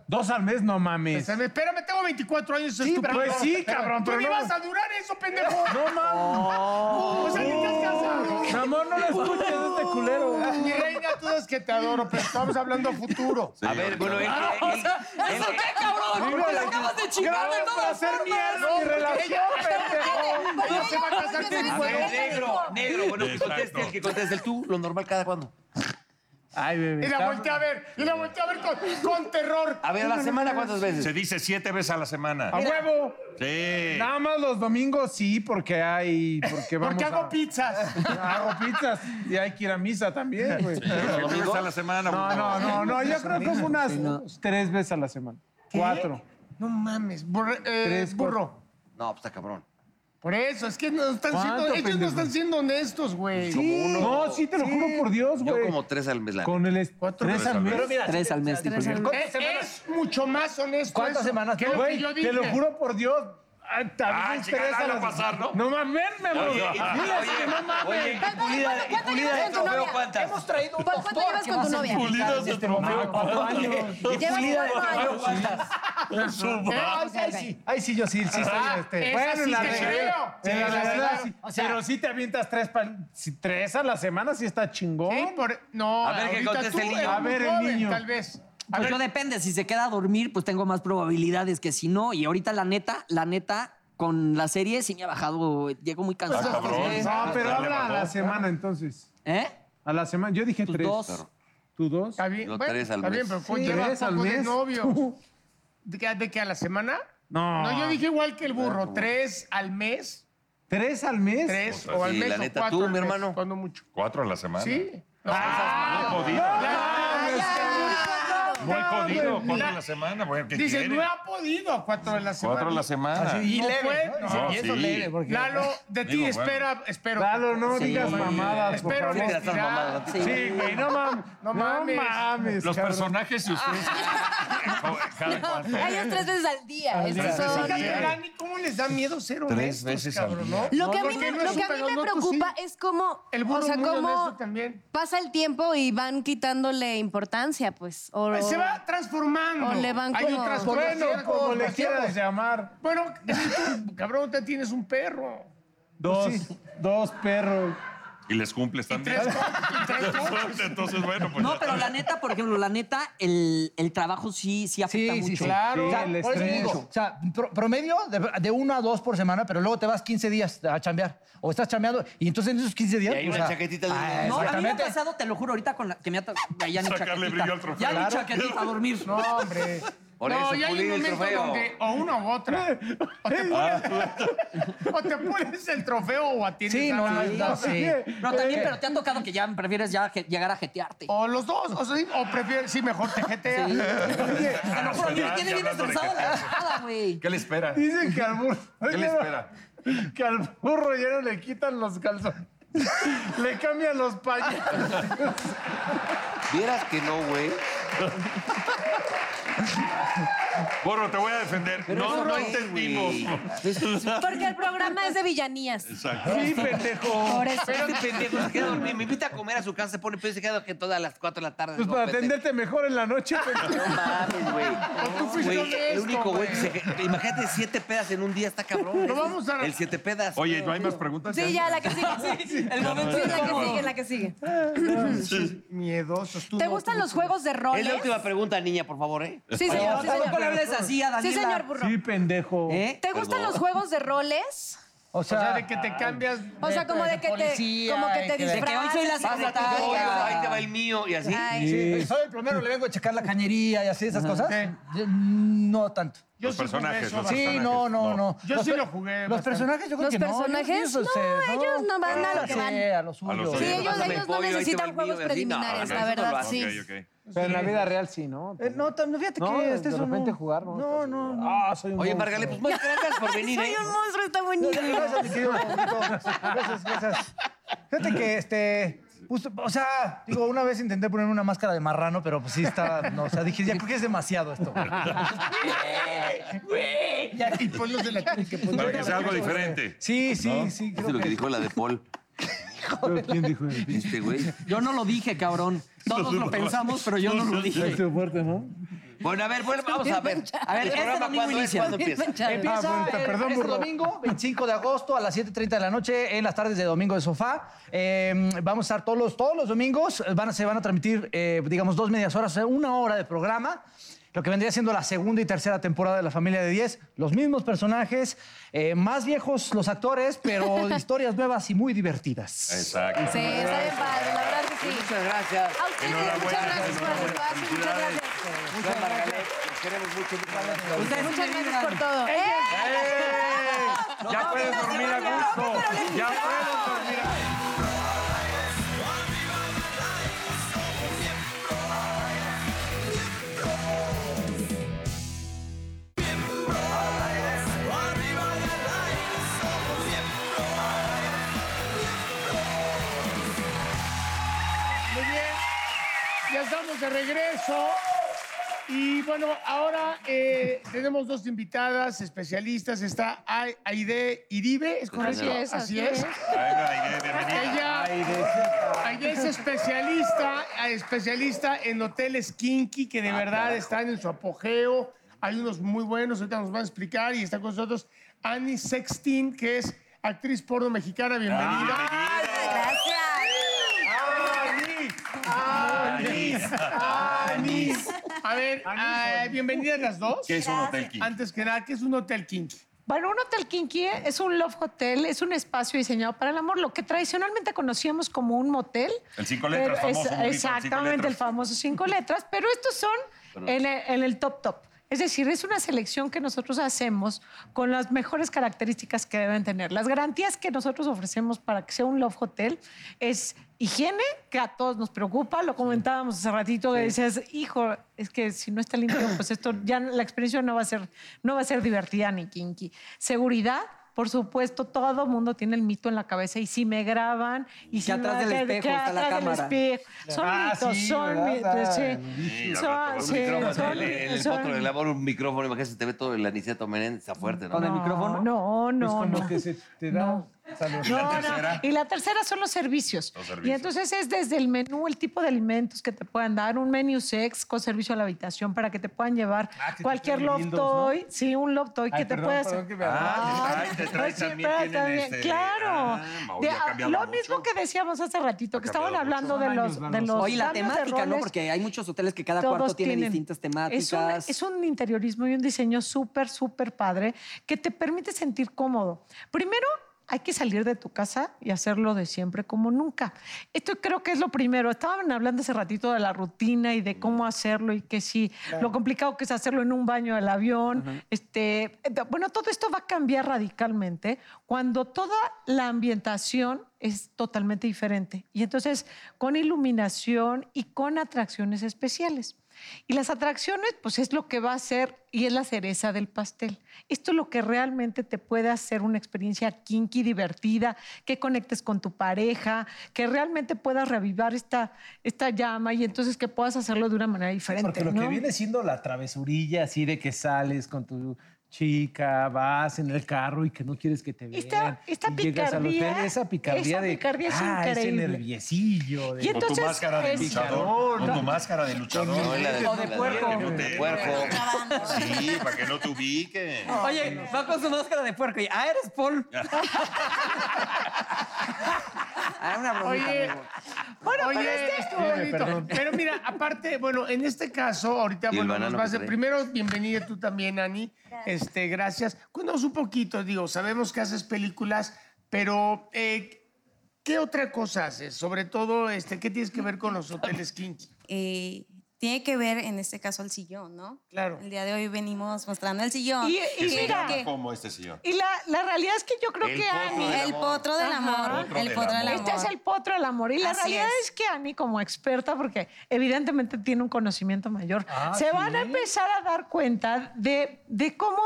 [SPEAKER 2] Dos al mes, no mames.
[SPEAKER 5] Espérame, Espérame, tengo 24 años,
[SPEAKER 2] Sí,
[SPEAKER 5] estúpido.
[SPEAKER 2] pues sí, cabrón,
[SPEAKER 5] Tú
[SPEAKER 2] pero
[SPEAKER 5] ni
[SPEAKER 2] no.
[SPEAKER 5] vas a durar eso, pendejo.
[SPEAKER 2] No mames.
[SPEAKER 5] O sea, ni te has casado.
[SPEAKER 2] Ramón, no lo escuches a este culero.
[SPEAKER 5] Mi reina, tú es que te adoro, pero estamos hablando futuro.
[SPEAKER 3] A ver, bueno, él...
[SPEAKER 7] Ah,
[SPEAKER 3] él- él-
[SPEAKER 4] ¿Eso qué, cabrón? ¿Por qué lo acabas de chingar de
[SPEAKER 2] Gracias por
[SPEAKER 4] todas
[SPEAKER 2] hacer mierda
[SPEAKER 4] formas?
[SPEAKER 2] mi relación, pendejo.
[SPEAKER 5] No se va a casar
[SPEAKER 6] A
[SPEAKER 3] A
[SPEAKER 5] contigo.
[SPEAKER 3] ver, negro, negro. Bueno, que
[SPEAKER 1] Exacto.
[SPEAKER 3] conteste el que conteste el tú. Lo normal, ¿cada cuándo?
[SPEAKER 2] Ay, bebé.
[SPEAKER 5] Y la volteé a ver, y la volteé a ver con, con terror.
[SPEAKER 3] A ver, a la semana, ¿cuántas veces?
[SPEAKER 1] Se dice siete veces a la semana.
[SPEAKER 2] A huevo.
[SPEAKER 1] Sí.
[SPEAKER 2] Nada más los domingos sí, porque hay. Porque vamos
[SPEAKER 5] Porque hago
[SPEAKER 2] a-
[SPEAKER 5] pizzas.
[SPEAKER 2] Hago pizzas y hay que ir a misa también, güey.
[SPEAKER 1] Siete veces a la semana.
[SPEAKER 2] No, no, no, no, yo creo que unas tres veces a la semana. Cuatro.
[SPEAKER 5] No mames, burro. eh,
[SPEAKER 2] Tres, cuatro.
[SPEAKER 5] burro.
[SPEAKER 3] No, pues está cabrón.
[SPEAKER 5] Por eso, es que no están siendo,
[SPEAKER 2] ¿Cuánto,
[SPEAKER 5] ellos no
[SPEAKER 2] pendejo?
[SPEAKER 5] están siendo honestos, güey.
[SPEAKER 2] No, sí, te lo juro por Dios,
[SPEAKER 3] Yo
[SPEAKER 2] güey.
[SPEAKER 3] como tres al mes. La...
[SPEAKER 2] Con el
[SPEAKER 5] Cuatro
[SPEAKER 2] tres
[SPEAKER 1] veces
[SPEAKER 2] al
[SPEAKER 1] al
[SPEAKER 2] mes.
[SPEAKER 1] mes.
[SPEAKER 4] Tres al mes, dijo yo.
[SPEAKER 5] Eh, Es, mucho más honesto.
[SPEAKER 7] ¿Cuántas
[SPEAKER 5] eso
[SPEAKER 7] semanas?
[SPEAKER 5] Que lo que
[SPEAKER 2] Güey,
[SPEAKER 5] yo dije.
[SPEAKER 2] te lo juro por Dios. Ah,
[SPEAKER 1] Ah,
[SPEAKER 2] también
[SPEAKER 1] chica,
[SPEAKER 2] tres a
[SPEAKER 1] dale
[SPEAKER 2] la
[SPEAKER 1] a pasar, ¿no?
[SPEAKER 2] No mames, me voy.
[SPEAKER 1] Oye,
[SPEAKER 2] Diles que no mames.
[SPEAKER 3] Oye,
[SPEAKER 6] ¿Cuánto-
[SPEAKER 3] y pulida, y
[SPEAKER 6] cuánto
[SPEAKER 3] pulida
[SPEAKER 6] llevas
[SPEAKER 3] de
[SPEAKER 6] con tu
[SPEAKER 3] trofeo,
[SPEAKER 6] novia?
[SPEAKER 3] ¿cuántas?
[SPEAKER 7] Hemos traído un
[SPEAKER 6] ¿Cuánto llevas con tu novia?
[SPEAKER 1] Pulido se
[SPEAKER 2] Cuatro años.
[SPEAKER 6] Llevas cuatro años.
[SPEAKER 5] Eh,
[SPEAKER 2] Ah,
[SPEAKER 7] Ay,
[SPEAKER 6] ok,
[SPEAKER 7] ay,
[SPEAKER 6] ok.
[SPEAKER 7] sí, ay, sí, yo sí, sí, soy este.
[SPEAKER 5] Ah, esa sí
[SPEAKER 2] la
[SPEAKER 5] te
[SPEAKER 2] de-
[SPEAKER 5] creo.
[SPEAKER 2] en
[SPEAKER 5] Sí,
[SPEAKER 2] la
[SPEAKER 5] la
[SPEAKER 2] de-
[SPEAKER 5] de-
[SPEAKER 2] la- sí.
[SPEAKER 7] o sea-
[SPEAKER 2] pero sí te avientas tres, pa- si tres a la semana, sí está chingón.
[SPEAKER 5] Sí, por- no,
[SPEAKER 3] A ver qué
[SPEAKER 5] ahorita
[SPEAKER 3] contesta
[SPEAKER 5] tú
[SPEAKER 3] el niño.
[SPEAKER 5] eres
[SPEAKER 2] A
[SPEAKER 5] muy
[SPEAKER 2] ver, el
[SPEAKER 5] joven,
[SPEAKER 2] niño.
[SPEAKER 5] Tal vez. A
[SPEAKER 4] Pues
[SPEAKER 5] ver,
[SPEAKER 4] yo depende, si se queda a dormir, pues tengo más probabilidades que si no. Y ahorita, la neta, la neta, con la serie sí me ha bajado, llego muy cansado.
[SPEAKER 1] cabrón.
[SPEAKER 5] pues,
[SPEAKER 4] Sí.
[SPEAKER 2] No, pero
[SPEAKER 1] Ya le
[SPEAKER 2] habla a la
[SPEAKER 1] bajó.
[SPEAKER 2] semana entonces.
[SPEAKER 4] ¿eh?
[SPEAKER 2] A la semana. Yo dije
[SPEAKER 4] Pues
[SPEAKER 2] tres.
[SPEAKER 4] dos.
[SPEAKER 2] ¿Tú dos?
[SPEAKER 5] Está bien,
[SPEAKER 3] Yo
[SPEAKER 5] bueno,
[SPEAKER 3] tres al
[SPEAKER 5] está
[SPEAKER 3] mes.
[SPEAKER 5] bien, pero ¿cuál
[SPEAKER 2] Sí,
[SPEAKER 5] lleva
[SPEAKER 2] tres al
[SPEAKER 5] poco de
[SPEAKER 2] mes.
[SPEAKER 5] novio? ¿De qué, de qué, a la semana?
[SPEAKER 2] No.
[SPEAKER 5] No, yo dije igual que el burro, tres al mes,
[SPEAKER 2] ¿Tres al mes?
[SPEAKER 5] tres
[SPEAKER 3] sea,
[SPEAKER 5] o al
[SPEAKER 3] sí,
[SPEAKER 5] mes
[SPEAKER 3] la
[SPEAKER 5] o
[SPEAKER 3] neta,
[SPEAKER 5] cuatro
[SPEAKER 3] tú,
[SPEAKER 5] al
[SPEAKER 3] mi
[SPEAKER 5] mes,
[SPEAKER 3] hermano.
[SPEAKER 5] Cuando mucho.
[SPEAKER 1] Cuatro a la semana.
[SPEAKER 5] Sí. Ah,
[SPEAKER 1] Muy jodido. Muy jodido. Cuatro a
[SPEAKER 5] La-
[SPEAKER 1] la semana. Bueno, ¿qué
[SPEAKER 5] Dice,
[SPEAKER 1] quiere?
[SPEAKER 5] no ha podido cuatro de la semana.
[SPEAKER 1] Cuatro a la semana.
[SPEAKER 7] Y
[SPEAKER 5] No
[SPEAKER 7] leve,
[SPEAKER 5] fue,
[SPEAKER 7] ¿no?
[SPEAKER 1] no,
[SPEAKER 7] y eso
[SPEAKER 1] sí.
[SPEAKER 7] leve, porque...
[SPEAKER 5] Lalo, de ti
[SPEAKER 1] Digo, bueno.
[SPEAKER 5] espera, espero.
[SPEAKER 2] Claro, no digas mamadas, por
[SPEAKER 5] Espero
[SPEAKER 2] favor.
[SPEAKER 3] Ya estás mamado,
[SPEAKER 5] honestidad.
[SPEAKER 3] ¿no?
[SPEAKER 2] Sí, güey, no mames.
[SPEAKER 5] No mames.
[SPEAKER 1] Los
[SPEAKER 2] cabrón.
[SPEAKER 1] personajes y ustedes. Cada cuatro.
[SPEAKER 6] No, ellos tres veces al día. esos
[SPEAKER 1] día.
[SPEAKER 6] son-
[SPEAKER 5] Fíjate, Dani, ¿Cómo les da miedo ser
[SPEAKER 1] Tres
[SPEAKER 5] honestos,
[SPEAKER 1] veces al
[SPEAKER 5] cabrón,
[SPEAKER 1] día.
[SPEAKER 5] no?
[SPEAKER 6] Lo que a mí
[SPEAKER 5] Porque
[SPEAKER 6] me,
[SPEAKER 5] no es
[SPEAKER 6] lo
[SPEAKER 5] un
[SPEAKER 6] que a mí
[SPEAKER 5] pelón,
[SPEAKER 6] me
[SPEAKER 5] no, tú sí.
[SPEAKER 6] preocupa es cómo,
[SPEAKER 5] El burro
[SPEAKER 6] o sea,
[SPEAKER 5] muy
[SPEAKER 6] cómo
[SPEAKER 5] honesto también.
[SPEAKER 6] pasa el tiempo y van quitándole importancia, pues. O,
[SPEAKER 5] Pues Se va transformando.
[SPEAKER 6] O le van
[SPEAKER 5] Hay
[SPEAKER 6] como-
[SPEAKER 5] otras
[SPEAKER 2] Bueno,
[SPEAKER 5] cosas,
[SPEAKER 2] como le
[SPEAKER 5] otras
[SPEAKER 2] quieras
[SPEAKER 5] cosas.
[SPEAKER 2] llamar.
[SPEAKER 5] Bueno, tú, cabrón, te tienes un perro.
[SPEAKER 2] Dos, Pues dos perros.
[SPEAKER 1] Y les cumples también. Entonces, bueno, pues.
[SPEAKER 4] No,
[SPEAKER 1] ya
[SPEAKER 4] pero
[SPEAKER 1] está.
[SPEAKER 4] la neta, por ejemplo, la neta, el, el trabajo sí, sí afecta
[SPEAKER 7] Sí,
[SPEAKER 4] mucho.
[SPEAKER 7] sí, claro.
[SPEAKER 2] Sí,
[SPEAKER 7] o sea,
[SPEAKER 2] el
[SPEAKER 7] por eso
[SPEAKER 2] estrés.
[SPEAKER 7] digo, o sea, pro- promedio de, de uno a dos por semana, pero luego te vas 15 días a chambear. O estás chambeando. Y entonces en esos 15 días.
[SPEAKER 3] Y hay
[SPEAKER 7] o
[SPEAKER 3] una
[SPEAKER 7] sea,
[SPEAKER 3] chaquetita de-
[SPEAKER 7] ah,
[SPEAKER 4] No, a mí me ha
[SPEAKER 7] exactamente.
[SPEAKER 4] pasado, te lo juro, ahorita con la que me ha ya, ya ni
[SPEAKER 1] Sacarle
[SPEAKER 4] chaquetita.
[SPEAKER 1] brillo al trofeo.
[SPEAKER 4] Ya
[SPEAKER 1] Claro.
[SPEAKER 4] ni chaquetita a dormir.
[SPEAKER 5] No, hombre.
[SPEAKER 3] Por
[SPEAKER 5] no,
[SPEAKER 3] eso,
[SPEAKER 5] ya hay
[SPEAKER 3] pulir
[SPEAKER 5] un
[SPEAKER 3] el
[SPEAKER 5] momento
[SPEAKER 3] trofeo.
[SPEAKER 5] donde o una u otra. O te pones, o te pones el trofeo o atiendes
[SPEAKER 7] Sí,
[SPEAKER 5] a
[SPEAKER 7] no,
[SPEAKER 5] la-
[SPEAKER 7] no, sí.
[SPEAKER 4] No, también, pero te ha tocado que ya prefieres ya je- llegar a jetearte.
[SPEAKER 5] O los dos. O, sea, o prefieres, sí, mejor te jetea.
[SPEAKER 4] Te lo juro,
[SPEAKER 1] ya,
[SPEAKER 4] me tiene
[SPEAKER 1] ya
[SPEAKER 4] bien
[SPEAKER 1] hablando de
[SPEAKER 4] estresado la
[SPEAKER 1] jetearse.
[SPEAKER 4] bajada, güey.
[SPEAKER 1] ¿Qué le espera?
[SPEAKER 2] Dicen que al burro.
[SPEAKER 1] ¿Qué le espera?
[SPEAKER 2] Que al burro ya no le quitan los calzones. Le cambian los pañales.
[SPEAKER 3] Vieras que no, güey.
[SPEAKER 1] Bueno, te voy a defender.
[SPEAKER 3] Pero
[SPEAKER 1] no,
[SPEAKER 3] eso
[SPEAKER 1] no
[SPEAKER 3] no es,
[SPEAKER 1] entendimos.
[SPEAKER 3] güey.
[SPEAKER 6] Porque el programa es de villanías.
[SPEAKER 1] Exacto.
[SPEAKER 2] Sí, pendejo.
[SPEAKER 6] Por eso.
[SPEAKER 3] Pero este pendejo se queda dormido. Me invita a comer a su casa, se pone pedo y se queda que todas las 4 de la tarde.
[SPEAKER 2] Pues
[SPEAKER 3] No,
[SPEAKER 2] para
[SPEAKER 3] pendejo. Ah,
[SPEAKER 2] atenderte mejor en la noche. pendejo.
[SPEAKER 3] No mames, güey.
[SPEAKER 5] tú fuiste
[SPEAKER 3] Güey, El
[SPEAKER 5] honesto,
[SPEAKER 3] único güey que se. que- Imagínate siete pedas en un día, está cabrón.
[SPEAKER 5] No vamos a-
[SPEAKER 3] El siete pedas.
[SPEAKER 1] Oye, ¿no hay más preguntas?
[SPEAKER 6] Sí, ya, la que sigue. Sí, el momento la que sigue, la que sigue.
[SPEAKER 5] Miedosos. Tú
[SPEAKER 6] ¿Te
[SPEAKER 5] no,
[SPEAKER 6] gustan
[SPEAKER 5] tú no,
[SPEAKER 6] los
[SPEAKER 5] tú no.
[SPEAKER 6] juegos de roles?
[SPEAKER 3] Es la última pregunta, niña, por favor, ¿eh?
[SPEAKER 6] Sí, señor. Sí,
[SPEAKER 4] No
[SPEAKER 6] señor.
[SPEAKER 4] hables así a
[SPEAKER 6] Sí,
[SPEAKER 4] Daniela.
[SPEAKER 6] señor burro.
[SPEAKER 2] Sí, pendejo.
[SPEAKER 4] ¿Eh?
[SPEAKER 6] ¿Te gustan los juegos de roles?
[SPEAKER 7] O
[SPEAKER 5] O sea, de
[SPEAKER 7] sea,
[SPEAKER 5] que te cambias.
[SPEAKER 6] O sea, como de que te,
[SPEAKER 7] policía,
[SPEAKER 6] como que
[SPEAKER 7] y
[SPEAKER 6] te
[SPEAKER 7] que de-
[SPEAKER 4] De que hoy
[SPEAKER 6] disfrazas.
[SPEAKER 4] soy la
[SPEAKER 3] Pasa tu
[SPEAKER 4] secretaria.
[SPEAKER 3] rollo, ahí te va el mío y así.
[SPEAKER 6] Ay,
[SPEAKER 7] sí, soy el primero, le vengo a checar la cañería y así, esas cosas. Yo- No tanto.
[SPEAKER 5] Yo
[SPEAKER 1] Los
[SPEAKER 5] sí jugué
[SPEAKER 1] personajes,
[SPEAKER 5] eso
[SPEAKER 1] los
[SPEAKER 5] bastante.
[SPEAKER 7] Sí,
[SPEAKER 1] personajes,
[SPEAKER 7] no, no,
[SPEAKER 1] no.
[SPEAKER 7] no.
[SPEAKER 5] Yo sí
[SPEAKER 7] per-
[SPEAKER 5] lo jugué
[SPEAKER 7] Los
[SPEAKER 5] bastante.
[SPEAKER 7] personajes, yo creo
[SPEAKER 6] ¿Los
[SPEAKER 7] que no. ellos-
[SPEAKER 6] personajes?
[SPEAKER 7] ellos se-
[SPEAKER 6] No, ellos no van a lo que van.
[SPEAKER 7] Sí, A lo suyo.
[SPEAKER 1] A lo
[SPEAKER 6] Sí,
[SPEAKER 1] suyo.
[SPEAKER 6] ellos,
[SPEAKER 3] Pásame
[SPEAKER 6] ellos
[SPEAKER 3] pollo,
[SPEAKER 6] no
[SPEAKER 3] ahí te va el
[SPEAKER 6] necesitan
[SPEAKER 3] mío,
[SPEAKER 6] juegos
[SPEAKER 3] y así, no,
[SPEAKER 6] preliminares,
[SPEAKER 3] no,
[SPEAKER 6] la
[SPEAKER 3] eso no lo
[SPEAKER 6] verdad,
[SPEAKER 3] hago.
[SPEAKER 6] sí.
[SPEAKER 1] Ah, Ok, ok.
[SPEAKER 2] Pero en la vida real sí, ¿no?
[SPEAKER 7] Eh, no, tam- fíjate
[SPEAKER 2] No,
[SPEAKER 7] que este
[SPEAKER 2] de
[SPEAKER 7] es un-
[SPEAKER 2] repente jugar, ¿no?
[SPEAKER 7] No, no, no.
[SPEAKER 2] Ah, soy un
[SPEAKER 3] Oye,
[SPEAKER 2] monstruo.
[SPEAKER 3] Margale, pues más gracias por venir,
[SPEAKER 6] Soy
[SPEAKER 3] ¿eh?
[SPEAKER 6] un monstruo, está
[SPEAKER 7] No,
[SPEAKER 6] bonito.
[SPEAKER 7] Gracias, mi querido Pablito. Gracias, gracias. Fíjate que este. justo, o sea, digo, una vez intenté ponerme una máscara de marrano, pero pues sí estaba. No, o sea, dije, ya creo que es demasiado esto. güey.
[SPEAKER 5] Ya, y ponlos de la que ponlos.
[SPEAKER 1] Para que sea algo diferente.
[SPEAKER 7] Sí, sí, sí.
[SPEAKER 3] Eso es
[SPEAKER 7] Creo
[SPEAKER 3] lo que
[SPEAKER 7] que...
[SPEAKER 3] dijo la de Paul.
[SPEAKER 2] ¿Quién dijo eso?
[SPEAKER 3] Este güey.
[SPEAKER 4] Yo no lo dije, cabrón. Todos lo pensamos, pero yo no lo dije.
[SPEAKER 2] Estuvo Este fuerte, Ah, ¿no?
[SPEAKER 3] Bueno, a ver, bueno, vamos a ver.
[SPEAKER 4] A ver,
[SPEAKER 3] ¿El
[SPEAKER 4] este
[SPEAKER 3] programa
[SPEAKER 4] domingo
[SPEAKER 3] cuándo es?
[SPEAKER 4] inicia.
[SPEAKER 3] ¿Cuándo empieza?
[SPEAKER 7] Empieza
[SPEAKER 2] Ah, bueno,
[SPEAKER 7] el-
[SPEAKER 2] perdón,
[SPEAKER 7] este
[SPEAKER 2] burro.
[SPEAKER 7] domingo, 25 de agosto, a las 7.30 de la noche, en las tardes de Domingo de Sofá. Eh, vamos a estar todos los, todos los domingos, eh, van, a- se van a transmitir, eh, digamos, dos medias horas, o sea, una hora de programa. Lo que vendría siendo la segunda y tercera temporada de La Familia de 10. Los mismos personajes, eh, más viejos los actores, pero historias nuevas y muy divertidas.
[SPEAKER 1] Exacto.
[SPEAKER 6] Sí, está bien padre, la verdad que sí.
[SPEAKER 3] Muchas gracias.
[SPEAKER 6] A ustedes, muchas gracias por el espacio, muchas gracias.
[SPEAKER 3] Muchas gracias. Los queremos mucho. muchas gracias.
[SPEAKER 4] Ustedes me
[SPEAKER 6] Muchas gracias
[SPEAKER 4] vibran.
[SPEAKER 6] por todo. ¡Eh!
[SPEAKER 1] ¡Ey! Ya puedes dormir a gusto. Ya puedes dormir a
[SPEAKER 5] Muy bien. Ya estamos de regreso. Y bueno, ahora eh, tenemos dos invitadas especialistas. Está Ai- Aide Iribe, ¿es correcto?
[SPEAKER 6] Así es, así es.
[SPEAKER 1] Venga, la idea, bienvenida.
[SPEAKER 5] Ella, Aide es especialista, especialista en hoteles kinky que de
[SPEAKER 6] Ah,
[SPEAKER 5] verdad están en su apogeo. Hay unos muy buenos, ahorita nos van a explicar. Y está con nosotros Annie Sextin, que es actriz porno mexicana. Bienvenida.
[SPEAKER 6] Ah, Gracias.
[SPEAKER 5] Anís,
[SPEAKER 6] Ah,
[SPEAKER 5] Anís, Anís. A ver, eh, bienvenidas las dos.
[SPEAKER 1] ¿Qué es un hotel kinky?
[SPEAKER 5] Antes que nada, ¿qué es un hotel kinky?
[SPEAKER 9] Bueno, un hotel kinky es un love hotel, es un espacio diseñado para el amor, lo que tradicionalmente conocíamos como un motel.
[SPEAKER 1] El cinco letras,
[SPEAKER 9] Pero es-
[SPEAKER 1] famoso, bonito, el cinco
[SPEAKER 9] exactamente,
[SPEAKER 1] letras.
[SPEAKER 9] el famoso cinco letras, pero estos son en el, en el top top. Es decir, es una selección que nosotros hacemos con las mejores características que deben tener. Las garantías que nosotros ofrecemos para que sea un love hotel es higiene, que a todos nos preocupa. Lo comentábamos hace ratito, que decías, hijo, es que si no está limpio, pues esto ya la experiencia no va a ser, no va a ser divertida ni kinky. Seguridad. Por supuesto, todo mundo tiene el mito en la cabeza y si me graban y si
[SPEAKER 4] atrás
[SPEAKER 9] me-
[SPEAKER 4] del espejo
[SPEAKER 9] que
[SPEAKER 4] está la
[SPEAKER 9] atrás del
[SPEAKER 4] cámara.
[SPEAKER 9] espejo, eh, Son
[SPEAKER 2] Ah,
[SPEAKER 9] mitos,
[SPEAKER 2] sí,
[SPEAKER 9] son
[SPEAKER 2] ¿verdad? Ah,
[SPEAKER 9] mitos,
[SPEAKER 1] Sí,
[SPEAKER 9] sí.
[SPEAKER 1] al rato
[SPEAKER 9] Son,
[SPEAKER 1] vas a
[SPEAKER 9] sí,
[SPEAKER 1] micrófono,
[SPEAKER 9] son-
[SPEAKER 3] El, el, el
[SPEAKER 9] son-
[SPEAKER 3] potro, el amor, un micrófono. Imagínate, te ve todo el Aniceto Menéndez, está fuerte, ¿no?
[SPEAKER 4] Con el micrófono.
[SPEAKER 9] No,
[SPEAKER 2] Es
[SPEAKER 9] no,
[SPEAKER 2] como
[SPEAKER 9] no.
[SPEAKER 2] que se te da...
[SPEAKER 9] No.
[SPEAKER 2] Saludos.
[SPEAKER 9] No, no.
[SPEAKER 1] tercera?
[SPEAKER 9] Y la tercera son los servicios.
[SPEAKER 1] Los servicios.
[SPEAKER 9] Y entonces es desde el menú, el tipo de alimentos que te puedan dar, un menú sex con servicio a la habitación para que te puedan llevar
[SPEAKER 2] Ah, que te
[SPEAKER 9] cualquier
[SPEAKER 2] traigan
[SPEAKER 9] love
[SPEAKER 2] dildos, ¿no?
[SPEAKER 9] toy, sí, un love toy
[SPEAKER 2] Ay,
[SPEAKER 9] que te
[SPEAKER 2] perdón,
[SPEAKER 9] puedas.
[SPEAKER 2] perdón que me
[SPEAKER 1] Ah,
[SPEAKER 9] Ay,
[SPEAKER 1] te trae,
[SPEAKER 9] no, sí,
[SPEAKER 1] también
[SPEAKER 9] pero
[SPEAKER 1] tienen
[SPEAKER 9] también,
[SPEAKER 1] este-
[SPEAKER 9] Claro.
[SPEAKER 1] Ah, ma, hoy
[SPEAKER 9] De-
[SPEAKER 1] ha cambiado
[SPEAKER 9] lo
[SPEAKER 1] mucho.
[SPEAKER 9] mismo que decíamos hace ratito,
[SPEAKER 1] Ha
[SPEAKER 9] que estaban
[SPEAKER 1] cambiado
[SPEAKER 9] hablando de
[SPEAKER 2] mucho.
[SPEAKER 9] los,
[SPEAKER 2] Son años,
[SPEAKER 9] de los.
[SPEAKER 4] Oye, la
[SPEAKER 9] cambios de
[SPEAKER 4] temática, ¿no?
[SPEAKER 9] roles.
[SPEAKER 4] Porque hay muchos hoteles que cada
[SPEAKER 9] Todos
[SPEAKER 4] cuarto tiene
[SPEAKER 9] tienen.
[SPEAKER 4] distintas
[SPEAKER 9] Es un,
[SPEAKER 4] temáticas.
[SPEAKER 9] es un interiorismo y un diseño súper, súper padre que te permite sentir cómodo. Primero, hay que salir de tu casa y hacerlo de siempre como nunca. Esto creo que es lo primero. Estaban hablando hace ratito de la rutina y de cómo hacerlo y que sí, lo complicado que es hacerlo en un baño del avión. este, bueno, todo esto va a cambiar radicalmente cuando toda la ambientación es totalmente diferente. Y entonces, con iluminación y con atracciones especiales. Y las atracciones, pues es lo que va a ser y es la cereza del pastel. Esto es lo que realmente te puede hacer una experiencia kinky, divertida, que conectes con tu pareja, que realmente puedas reavivar esta, esta llama y entonces que puedas hacerlo de una manera diferente.
[SPEAKER 2] Porque lo que
[SPEAKER 9] ¿no?
[SPEAKER 2] viene siendo la travesurilla, así de que sales con tu chica, vas en el carro y que no quieres que te vean.
[SPEAKER 9] Esta- esta
[SPEAKER 2] y llegas al
[SPEAKER 9] picardía,
[SPEAKER 2] hotel, esa picardía
[SPEAKER 9] esa
[SPEAKER 2] de.
[SPEAKER 9] picardía es
[SPEAKER 2] ah, ese
[SPEAKER 9] increíble".
[SPEAKER 2] nerviosillo. De,
[SPEAKER 10] Con tu
[SPEAKER 9] Y Entonces, pues,
[SPEAKER 10] máscara de
[SPEAKER 9] es-
[SPEAKER 10] luchador. Con tu máscara de
[SPEAKER 3] No,
[SPEAKER 10] luchador.
[SPEAKER 3] la
[SPEAKER 10] ¿eh?
[SPEAKER 3] de-
[SPEAKER 4] O de
[SPEAKER 3] la de-
[SPEAKER 4] puerco.
[SPEAKER 3] la de-
[SPEAKER 10] De
[SPEAKER 3] puerco.
[SPEAKER 10] Sí, para que no te ubique.
[SPEAKER 4] Oye, va con su máscara de puerco y, ah, eres Paul. ah, una bromita,
[SPEAKER 5] Oye,
[SPEAKER 4] amigo.
[SPEAKER 5] bueno, Oye,
[SPEAKER 9] pero
[SPEAKER 5] pero estuvo bonito. Pero mira, aparte, bueno, en este caso, ahorita,
[SPEAKER 3] Y el
[SPEAKER 5] bueno, nos
[SPEAKER 3] banano
[SPEAKER 5] va a
[SPEAKER 3] que
[SPEAKER 5] hacer.
[SPEAKER 3] trae.
[SPEAKER 5] Primero, bienvenida tú también, Ani. Este, gracias. Cuéntanos un poquito, digo, sabemos que haces películas, pero eh, ¿qué otra cosa haces? Sobre todo, este, ¿qué tienes que ver con los hoteles kinky?
[SPEAKER 11] eh, tiene que ver en este caso el sillón, ¿no?
[SPEAKER 5] Claro.
[SPEAKER 11] El día de hoy venimos mostrando el sillón.
[SPEAKER 9] Y, y
[SPEAKER 10] Que se
[SPEAKER 9] mira,
[SPEAKER 10] llama como este señor.
[SPEAKER 9] y la, la realidad es que yo creo
[SPEAKER 10] El
[SPEAKER 9] que
[SPEAKER 10] potro
[SPEAKER 9] Ani...
[SPEAKER 10] del
[SPEAKER 11] el potro del amor.
[SPEAKER 9] Ajá.
[SPEAKER 10] Potro
[SPEAKER 11] el
[SPEAKER 10] del
[SPEAKER 11] potro del amor.
[SPEAKER 10] amor.
[SPEAKER 9] Este es el potro del amor. Y la
[SPEAKER 11] Así
[SPEAKER 9] realidad es.
[SPEAKER 11] es.
[SPEAKER 9] que Ani, como experta, porque evidentemente tiene un conocimiento mayor,
[SPEAKER 11] Ah,
[SPEAKER 9] se van a empezar a dar cuenta de, de cómo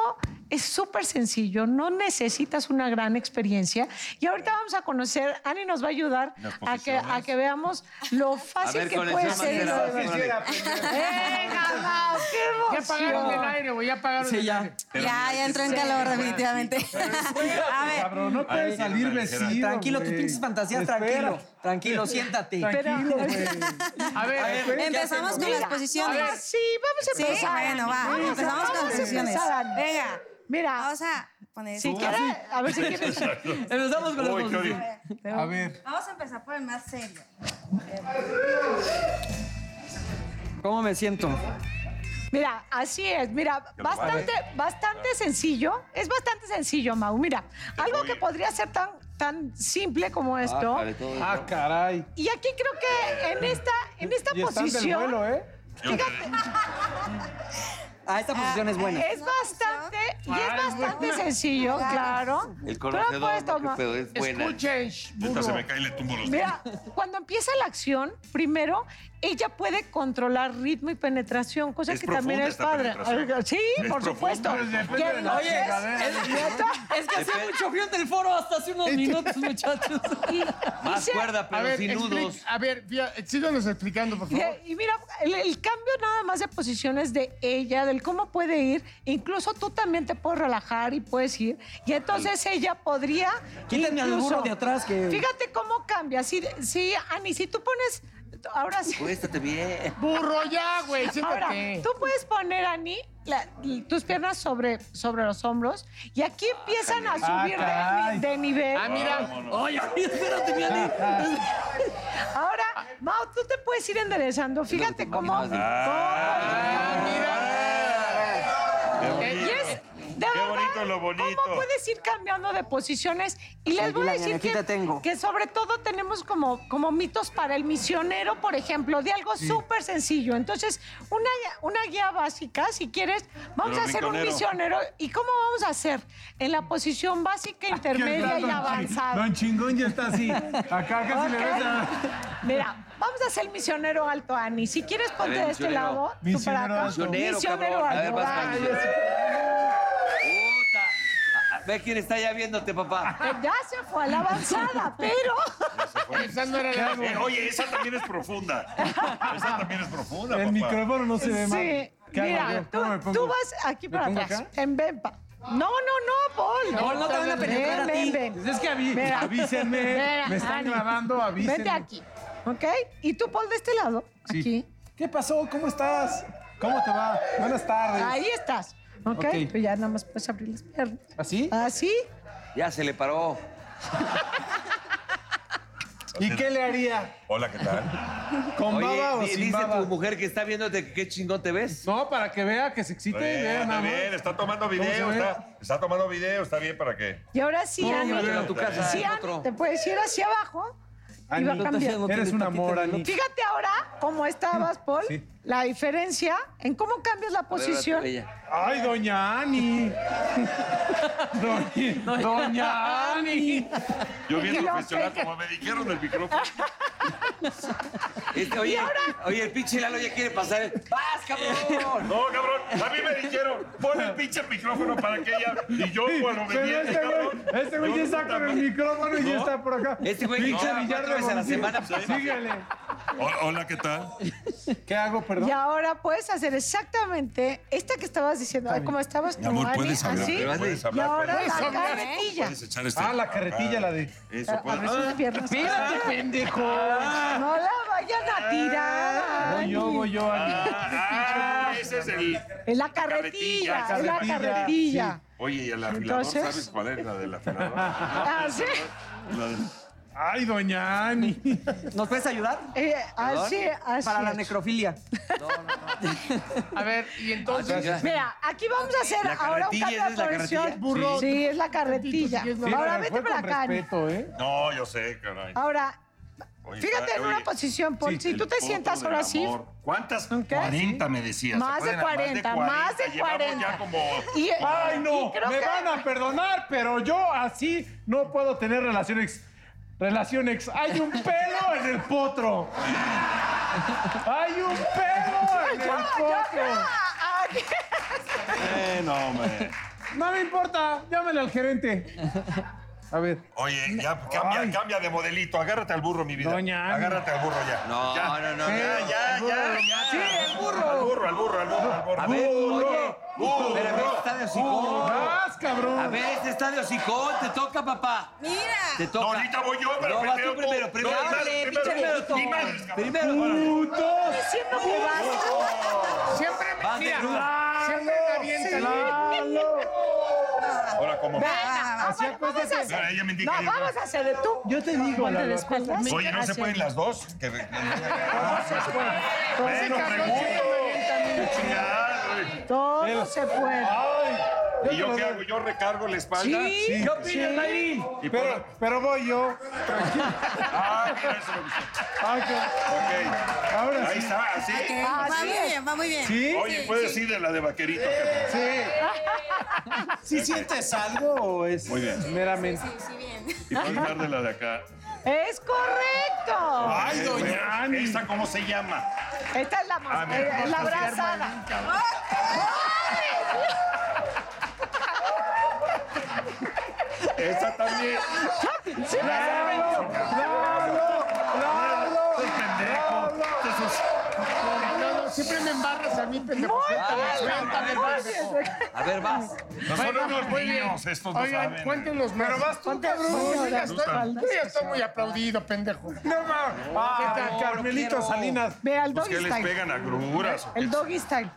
[SPEAKER 9] es súper sencillo, no necesitas una gran experiencia. Y ahorita vamos a conocer, Ani nos va a ayudar
[SPEAKER 10] Las
[SPEAKER 9] a que, a
[SPEAKER 10] posiciones.
[SPEAKER 9] que veamos lo
[SPEAKER 3] A
[SPEAKER 9] fácil
[SPEAKER 3] ver,
[SPEAKER 9] que
[SPEAKER 3] con el
[SPEAKER 9] puede
[SPEAKER 3] tema
[SPEAKER 9] ser.
[SPEAKER 3] de la...
[SPEAKER 9] Venga, Mau, qué
[SPEAKER 5] Ya pagaron el
[SPEAKER 9] emoción.
[SPEAKER 5] aire, güey, ya pagaron
[SPEAKER 4] Sí,
[SPEAKER 5] el
[SPEAKER 4] ya.
[SPEAKER 5] aire.
[SPEAKER 11] Ya, ya entró en calor, definitivamente. A ver,
[SPEAKER 2] Cabrón, no puedes
[SPEAKER 10] quiero
[SPEAKER 2] salir
[SPEAKER 10] una ligera.
[SPEAKER 2] vestido.
[SPEAKER 4] Tranquilo, tus
[SPEAKER 2] güey.
[SPEAKER 4] pinches fantasías, tranquilo. Tranquilo, siéntate.
[SPEAKER 2] Tranquilo, güey.
[SPEAKER 5] A ver,
[SPEAKER 11] empezamos con las
[SPEAKER 9] Ahora
[SPEAKER 11] posiciones.
[SPEAKER 9] sí, vamos a
[SPEAKER 11] Sí,
[SPEAKER 9] empezar.
[SPEAKER 11] bueno, va.
[SPEAKER 9] Vamos a-
[SPEAKER 11] Empezamos con
[SPEAKER 9] vamos a
[SPEAKER 11] posiciones. Ah,
[SPEAKER 9] empezar, Ani.
[SPEAKER 11] Venga.
[SPEAKER 9] Mira,
[SPEAKER 11] Vamos a poner.
[SPEAKER 9] Si quieres, a ver si quieres.
[SPEAKER 4] Empezamos con las
[SPEAKER 10] Uy, qué
[SPEAKER 4] posiciones.
[SPEAKER 10] horrible.
[SPEAKER 2] A ver,
[SPEAKER 11] Vamos a empezar por el más serio.
[SPEAKER 4] ¿Cómo me siento?
[SPEAKER 9] Mira, así es. Mira, bastante, bastante sencillo. Es bastante sencillo, Mau. Mira, algo que podría ser tan, tan simple como esto.
[SPEAKER 2] ah, caray.
[SPEAKER 9] Y aquí creo que en esta, en esta
[SPEAKER 2] Y están del
[SPEAKER 9] posición
[SPEAKER 2] vuelo, ¿eh?
[SPEAKER 4] Ah, esta posición es buena.
[SPEAKER 9] es bastante, y es bastante sencillo, claro.
[SPEAKER 3] El
[SPEAKER 9] Tú lo
[SPEAKER 3] conocedor,
[SPEAKER 9] puedes
[SPEAKER 3] no, qué
[SPEAKER 9] tomar.
[SPEAKER 3] pedo, es buena.
[SPEAKER 5] escuchen, sh,
[SPEAKER 10] Esta se
[SPEAKER 5] eh, burro.
[SPEAKER 10] me cae y le tumbo los
[SPEAKER 9] Mira, cuando empieza la acción, primero ella puede controlar ritmo y penetración, cosa
[SPEAKER 10] Es
[SPEAKER 9] que también
[SPEAKER 10] profunda
[SPEAKER 9] es
[SPEAKER 10] esta
[SPEAKER 9] padre.
[SPEAKER 10] penetración.
[SPEAKER 9] Sí,
[SPEAKER 10] Es
[SPEAKER 9] por supuesto.
[SPEAKER 10] profunda.
[SPEAKER 9] Que no
[SPEAKER 4] Oye,
[SPEAKER 9] es-
[SPEAKER 4] es, es que hacía mucho frío en el foro hasta hace unos minutos, muchachos.
[SPEAKER 3] Más cuerda,
[SPEAKER 5] A
[SPEAKER 3] pero
[SPEAKER 5] ver,
[SPEAKER 3] sin
[SPEAKER 5] explica-
[SPEAKER 3] nudos.
[SPEAKER 5] a ver, fía- síganos explicando, por favor.
[SPEAKER 9] Y, y mira, el, el cambio nada más de posiciones de ella, del cómo puede ir, incluso tú también te puedes relajar y puedes ir. Y entonces ella podría.
[SPEAKER 4] Quítenme al
[SPEAKER 9] incluso-
[SPEAKER 4] burro de atrás que.
[SPEAKER 9] Fíjate cómo cambia. Si, si, Ani, si tú pones. Ahora sí.
[SPEAKER 3] Cuéstate bien.
[SPEAKER 5] Burro ya, güey,
[SPEAKER 9] Ahora,
[SPEAKER 5] siéntate.
[SPEAKER 9] tú puedes poner, Ani, la- tus piernas sobre, sobre los hombros y aquí empiezan a subir de-
[SPEAKER 2] caray.
[SPEAKER 9] de, nivel.
[SPEAKER 5] Ah, mira,
[SPEAKER 4] Ay, ay, espérate, mi Ani.
[SPEAKER 9] Ahora, Mau, tú te puedes ir enderezando. Fíjate cómo... Ah,
[SPEAKER 10] Ah,
[SPEAKER 9] cómo- Eh, Y es de
[SPEAKER 10] Qué
[SPEAKER 9] verdad,
[SPEAKER 10] bonito lo bonito.
[SPEAKER 9] ¿Cómo puedes ir cambiando de posiciones? Y les voy
[SPEAKER 4] Tranquila,
[SPEAKER 9] a decir
[SPEAKER 4] nena, aquí
[SPEAKER 9] que,
[SPEAKER 4] te tengo.
[SPEAKER 9] que sobre todo tenemos como, como mitos para el misionero, por ejemplo, de algo súper sencillo. Entonces, una, una guía básica, si quieres, vamos
[SPEAKER 10] Pero
[SPEAKER 9] a hacer un
[SPEAKER 10] misionero.
[SPEAKER 9] misionero. ¿Y cómo vamos a hacer? En la posición básica, intermedia y avanzada.
[SPEAKER 2] Don Chingón ya está así. Acá casi le ves a...
[SPEAKER 9] Mira, vamos a hacer misionero alto, Ani. Si quieres, ponte
[SPEAKER 3] ver,
[SPEAKER 9] de este
[SPEAKER 3] misionero.
[SPEAKER 9] lado. tú
[SPEAKER 2] Misionero
[SPEAKER 9] para acá.
[SPEAKER 2] alto.
[SPEAKER 3] Misionero,
[SPEAKER 9] Misionero
[SPEAKER 3] cabrón. A ver,
[SPEAKER 9] alto.
[SPEAKER 3] vas,
[SPEAKER 9] Ay,
[SPEAKER 3] Ani. Puta. Ah, ah, Ve quién está ya viéndote, papá.
[SPEAKER 9] Eh, Ya se fue a la avanzada, pero.
[SPEAKER 5] esa no era la
[SPEAKER 10] Eh, oye, esa también es profunda. Esa también es profunda,
[SPEAKER 2] El
[SPEAKER 10] papá.
[SPEAKER 2] micrófono no se ve mal.
[SPEAKER 9] Sí.
[SPEAKER 2] ¿Qué hago
[SPEAKER 9] Mira,
[SPEAKER 2] yo?
[SPEAKER 9] tú,
[SPEAKER 2] ¿Cómo me pongo?
[SPEAKER 9] tú vas aquí
[SPEAKER 2] ¿Me
[SPEAKER 9] para
[SPEAKER 2] pongo
[SPEAKER 9] atrás.
[SPEAKER 2] acá?
[SPEAKER 9] En Bempa. No, no, no, Paul.
[SPEAKER 4] Paul, no te van a penetrar a ti.
[SPEAKER 9] ven.
[SPEAKER 2] Pues es que avi-
[SPEAKER 9] Mira.
[SPEAKER 2] avísenme.
[SPEAKER 9] Mira,
[SPEAKER 2] me están
[SPEAKER 9] Ani.
[SPEAKER 2] grabando, avísenme.
[SPEAKER 9] Vente aquí. ¿Ok? Y tú, Paul, de este lado.
[SPEAKER 2] Sí.
[SPEAKER 9] Aquí.
[SPEAKER 2] ¿Qué pasó? ¿Cómo estás? ¿Cómo te va? Buenas tardes.
[SPEAKER 9] Ahí estás. ¿Ok?
[SPEAKER 2] Ok.
[SPEAKER 9] Tú ya nada más puedes abrir las piernas. Ah,
[SPEAKER 2] ¿Así?
[SPEAKER 9] Así.
[SPEAKER 3] Ya se le paró.
[SPEAKER 2] ¿Y qué le haría?
[SPEAKER 10] Hola, ¿qué tal?
[SPEAKER 2] ¿Con
[SPEAKER 3] Oye,
[SPEAKER 2] baba o
[SPEAKER 3] di-
[SPEAKER 2] sin
[SPEAKER 3] dice
[SPEAKER 2] baba?
[SPEAKER 3] tu mujer que está viéndote que qué chingón te ves.
[SPEAKER 2] No, para que vea que se excite y vea
[SPEAKER 10] Está
[SPEAKER 2] nada más.
[SPEAKER 10] bien, está tomando
[SPEAKER 2] se
[SPEAKER 10] video,
[SPEAKER 2] ve?
[SPEAKER 10] está, está tomando video, está bien para qué.
[SPEAKER 9] Y ahora sí, Ani.
[SPEAKER 3] Llévatelo a tu casa,
[SPEAKER 9] Sí,
[SPEAKER 3] el
[SPEAKER 9] Ani,
[SPEAKER 3] otro.
[SPEAKER 9] te puedes ir hacia abajo. Y va
[SPEAKER 2] Ani,
[SPEAKER 9] cambiando.
[SPEAKER 2] eres un amor, Ani.
[SPEAKER 9] Fíjate ahora cómo estabas, Paul.
[SPEAKER 2] Sí.
[SPEAKER 9] La diferencia en cómo cambias la
[SPEAKER 3] A ver,
[SPEAKER 9] posición.
[SPEAKER 3] órale, bella.
[SPEAKER 2] Ay, doña Ani. Doña, doña Ani.
[SPEAKER 10] Yo bien
[SPEAKER 9] Y lo
[SPEAKER 10] profesional,
[SPEAKER 9] peca.
[SPEAKER 10] como me dijeron del micrófono.
[SPEAKER 1] Este, oye, oye, el pinche Lalo ya quiere pasar. el- ¡Vas, cabrón!
[SPEAKER 3] No, cabrón, a mí me dijeron, pon el pinche micrófono para que ella y yo cuando
[SPEAKER 2] Pero
[SPEAKER 3] venía,
[SPEAKER 2] este
[SPEAKER 3] cabrón.
[SPEAKER 2] güey, este güey ya está con el micrófono y ya está por acá.
[SPEAKER 3] Este güey
[SPEAKER 2] Pinche
[SPEAKER 3] graba
[SPEAKER 2] Villar
[SPEAKER 3] cuatro veces a la
[SPEAKER 2] Revoltijo.
[SPEAKER 3] semana, pues, ahí.
[SPEAKER 2] Síguele.
[SPEAKER 3] O- Hola, ¿qué tal?
[SPEAKER 2] ¿Qué hago, perdón?
[SPEAKER 9] Y ahora puedes hacer exactamente esta que estabas diciendo, ay, como estabas tú,
[SPEAKER 3] Mi amor,
[SPEAKER 9] Ani,
[SPEAKER 3] puedes hablar,
[SPEAKER 9] así.
[SPEAKER 3] puedes
[SPEAKER 9] y
[SPEAKER 3] hablar,
[SPEAKER 9] ahora
[SPEAKER 3] puedes
[SPEAKER 9] la
[SPEAKER 3] hablar, ¿eh?
[SPEAKER 9] carretilla.
[SPEAKER 3] Puedes echar este-
[SPEAKER 2] Ah, la carretilla, la de.
[SPEAKER 3] Eso
[SPEAKER 9] A
[SPEAKER 3] puede.
[SPEAKER 9] ver sus piernas. Ah.
[SPEAKER 2] Espérate, pendejo.
[SPEAKER 9] No la vayan a tirar.
[SPEAKER 2] Voy yo, voy yo. Ani.
[SPEAKER 3] Ah, ese es el.
[SPEAKER 9] Es la carretilla,
[SPEAKER 3] carretilla,
[SPEAKER 9] es la
[SPEAKER 3] carretilla,
[SPEAKER 9] carretilla.
[SPEAKER 3] Oye, y el afilador,
[SPEAKER 9] Entonces-
[SPEAKER 3] ¿sabes cuál es la del afilador?
[SPEAKER 9] Ah, ¿sí?
[SPEAKER 3] La del-
[SPEAKER 2] Ay, doña Ani.
[SPEAKER 4] ¿Nos puedes ayudar?
[SPEAKER 9] Eh, así, así.
[SPEAKER 4] Para la
[SPEAKER 9] es.
[SPEAKER 4] necrofilia.
[SPEAKER 5] A ver, y entonces.
[SPEAKER 9] Mira, aquí vamos a hacer
[SPEAKER 1] La
[SPEAKER 9] ahora un
[SPEAKER 1] carretilla,
[SPEAKER 9] cambio de
[SPEAKER 1] esa es la
[SPEAKER 9] producción.
[SPEAKER 1] carretilla. Burro.
[SPEAKER 9] Sí, es la carretilla.
[SPEAKER 2] Sí,
[SPEAKER 9] ahora
[SPEAKER 2] pero
[SPEAKER 9] vete
[SPEAKER 2] fue
[SPEAKER 9] para
[SPEAKER 2] con
[SPEAKER 9] acá. Ani.
[SPEAKER 2] respeto, ¿eh?
[SPEAKER 3] No, yo sé, caray.
[SPEAKER 9] Ahora,
[SPEAKER 3] Oye,
[SPEAKER 9] Ah,
[SPEAKER 3] ah,
[SPEAKER 9] fíjate en
[SPEAKER 3] oye,
[SPEAKER 9] una posición, Paul.
[SPEAKER 3] el
[SPEAKER 9] si tú te
[SPEAKER 3] potro
[SPEAKER 9] sientas
[SPEAKER 3] del
[SPEAKER 9] ahora así.
[SPEAKER 3] amor. ¿Cuántas?
[SPEAKER 9] ¿Ok?
[SPEAKER 3] 40 me decías.
[SPEAKER 9] Más
[SPEAKER 3] ¿Se
[SPEAKER 9] de
[SPEAKER 3] acuerdan?
[SPEAKER 9] 40, más de
[SPEAKER 3] Llevamos
[SPEAKER 9] 40.
[SPEAKER 3] ya como
[SPEAKER 9] Y, eh,
[SPEAKER 2] Ay, no,
[SPEAKER 9] y creo
[SPEAKER 2] me
[SPEAKER 9] que-
[SPEAKER 2] van a perdonar, pero yo así no puedo tener relación ex. Relación ex. Hay un pelo en el potro. Hay un pelo en el potro.
[SPEAKER 9] Ah, aquí.
[SPEAKER 3] Eh, no, hombre.
[SPEAKER 2] No me importa, llámale al gerente. A ver.
[SPEAKER 3] Oye, ya cambia, cambia de modelito. Agárrate al burro, mi vida.
[SPEAKER 2] Doña Ana.
[SPEAKER 3] Agárrate al burro ya.
[SPEAKER 1] No,
[SPEAKER 3] Ya,
[SPEAKER 1] no, no,
[SPEAKER 3] Ya,
[SPEAKER 1] no.
[SPEAKER 3] ya, ya, ya. Sí, el burro. Al burro, al burro, al burro. Al burro.
[SPEAKER 1] A ver,
[SPEAKER 3] burro,
[SPEAKER 1] oye,
[SPEAKER 3] burro.
[SPEAKER 1] espérame, está de hocicón.
[SPEAKER 2] Vas, cabrón.
[SPEAKER 1] A ver, este está de hocicón, te toca, papá. Te
[SPEAKER 11] Mira.
[SPEAKER 1] toca.
[SPEAKER 3] No, ahorita voy yo, pero
[SPEAKER 1] No, vas
[SPEAKER 3] primero
[SPEAKER 1] tú primero,
[SPEAKER 3] tú.
[SPEAKER 1] primero.
[SPEAKER 3] No,
[SPEAKER 1] Dale,
[SPEAKER 3] dale,
[SPEAKER 1] pinche
[SPEAKER 3] primero tú.
[SPEAKER 1] bruto.
[SPEAKER 3] Ni madres, cabrón.
[SPEAKER 1] Primero.
[SPEAKER 2] Putos.
[SPEAKER 9] Siempre que vas.
[SPEAKER 5] Siempre
[SPEAKER 1] Vas
[SPEAKER 5] me.
[SPEAKER 1] de
[SPEAKER 5] Mira,
[SPEAKER 1] ruda.
[SPEAKER 5] siempre me avientan.
[SPEAKER 2] Lalo.
[SPEAKER 3] Ahora, ¿cómo?
[SPEAKER 9] Ah, bueno, vamos a hacer.
[SPEAKER 3] Ahora, ella me indica.
[SPEAKER 9] No,
[SPEAKER 3] yo-
[SPEAKER 9] vamos a hacer de tú.
[SPEAKER 2] Yo te digo,
[SPEAKER 9] Ponte de
[SPEAKER 2] Lalo,
[SPEAKER 9] espaldas.
[SPEAKER 3] Oye, ¿no se pueden las dos? Que- que- Bueno, pregunto. Qué chingada, güey.
[SPEAKER 9] Todo se puede.
[SPEAKER 3] ¿Y yo qué hago? ¿Yo recargo la espalda?
[SPEAKER 9] Sí.
[SPEAKER 2] ¿Qué opinas, Mayrin? Pero, pero voy yo.
[SPEAKER 3] Ah, mira, eso me gustó.
[SPEAKER 2] Ay, que-
[SPEAKER 3] Ok.
[SPEAKER 2] Ahora
[SPEAKER 3] Ahí
[SPEAKER 2] sí.
[SPEAKER 3] está, así.
[SPEAKER 11] Ok,
[SPEAKER 9] Ah,
[SPEAKER 11] va
[SPEAKER 9] sí
[SPEAKER 11] muy
[SPEAKER 9] es.
[SPEAKER 11] bien, va muy bien.
[SPEAKER 2] ¿Sí?
[SPEAKER 3] Oye, puedes ir de la de vaquerito. jefe.
[SPEAKER 2] ¿Sí sientes algo o es
[SPEAKER 3] Muy bien.
[SPEAKER 2] meramente?
[SPEAKER 11] Sí, sí, bien.
[SPEAKER 3] Y puedes dar de la de acá.
[SPEAKER 9] Es correcto.
[SPEAKER 3] Ay, doña Ani. ¿Esta cómo se llama?
[SPEAKER 9] Esta es la
[SPEAKER 3] Ah,
[SPEAKER 9] más.
[SPEAKER 3] mira,
[SPEAKER 9] eh,
[SPEAKER 3] vamos
[SPEAKER 9] la
[SPEAKER 3] a hacer
[SPEAKER 9] abrazada.
[SPEAKER 3] Esta también.
[SPEAKER 9] Sí,
[SPEAKER 3] Soy pendejo.
[SPEAKER 5] No, no, siempre me embarras a mí, pendejo.
[SPEAKER 1] A ver, vas. A ver, vas.
[SPEAKER 3] No son unos niños, estos no
[SPEAKER 5] Oigan,
[SPEAKER 3] saben. eh.
[SPEAKER 5] cuéntenos más. Pero vas tú, cabrón. Yo ya estoy, yo ya estoy muy aplaudido, pendejo.
[SPEAKER 2] No mames. Ah, Carmelito Salinas.
[SPEAKER 9] Ve al
[SPEAKER 3] Pues
[SPEAKER 9] doggy
[SPEAKER 3] que les
[SPEAKER 9] style.
[SPEAKER 3] pegan agruras. o qué?
[SPEAKER 9] El doggy style.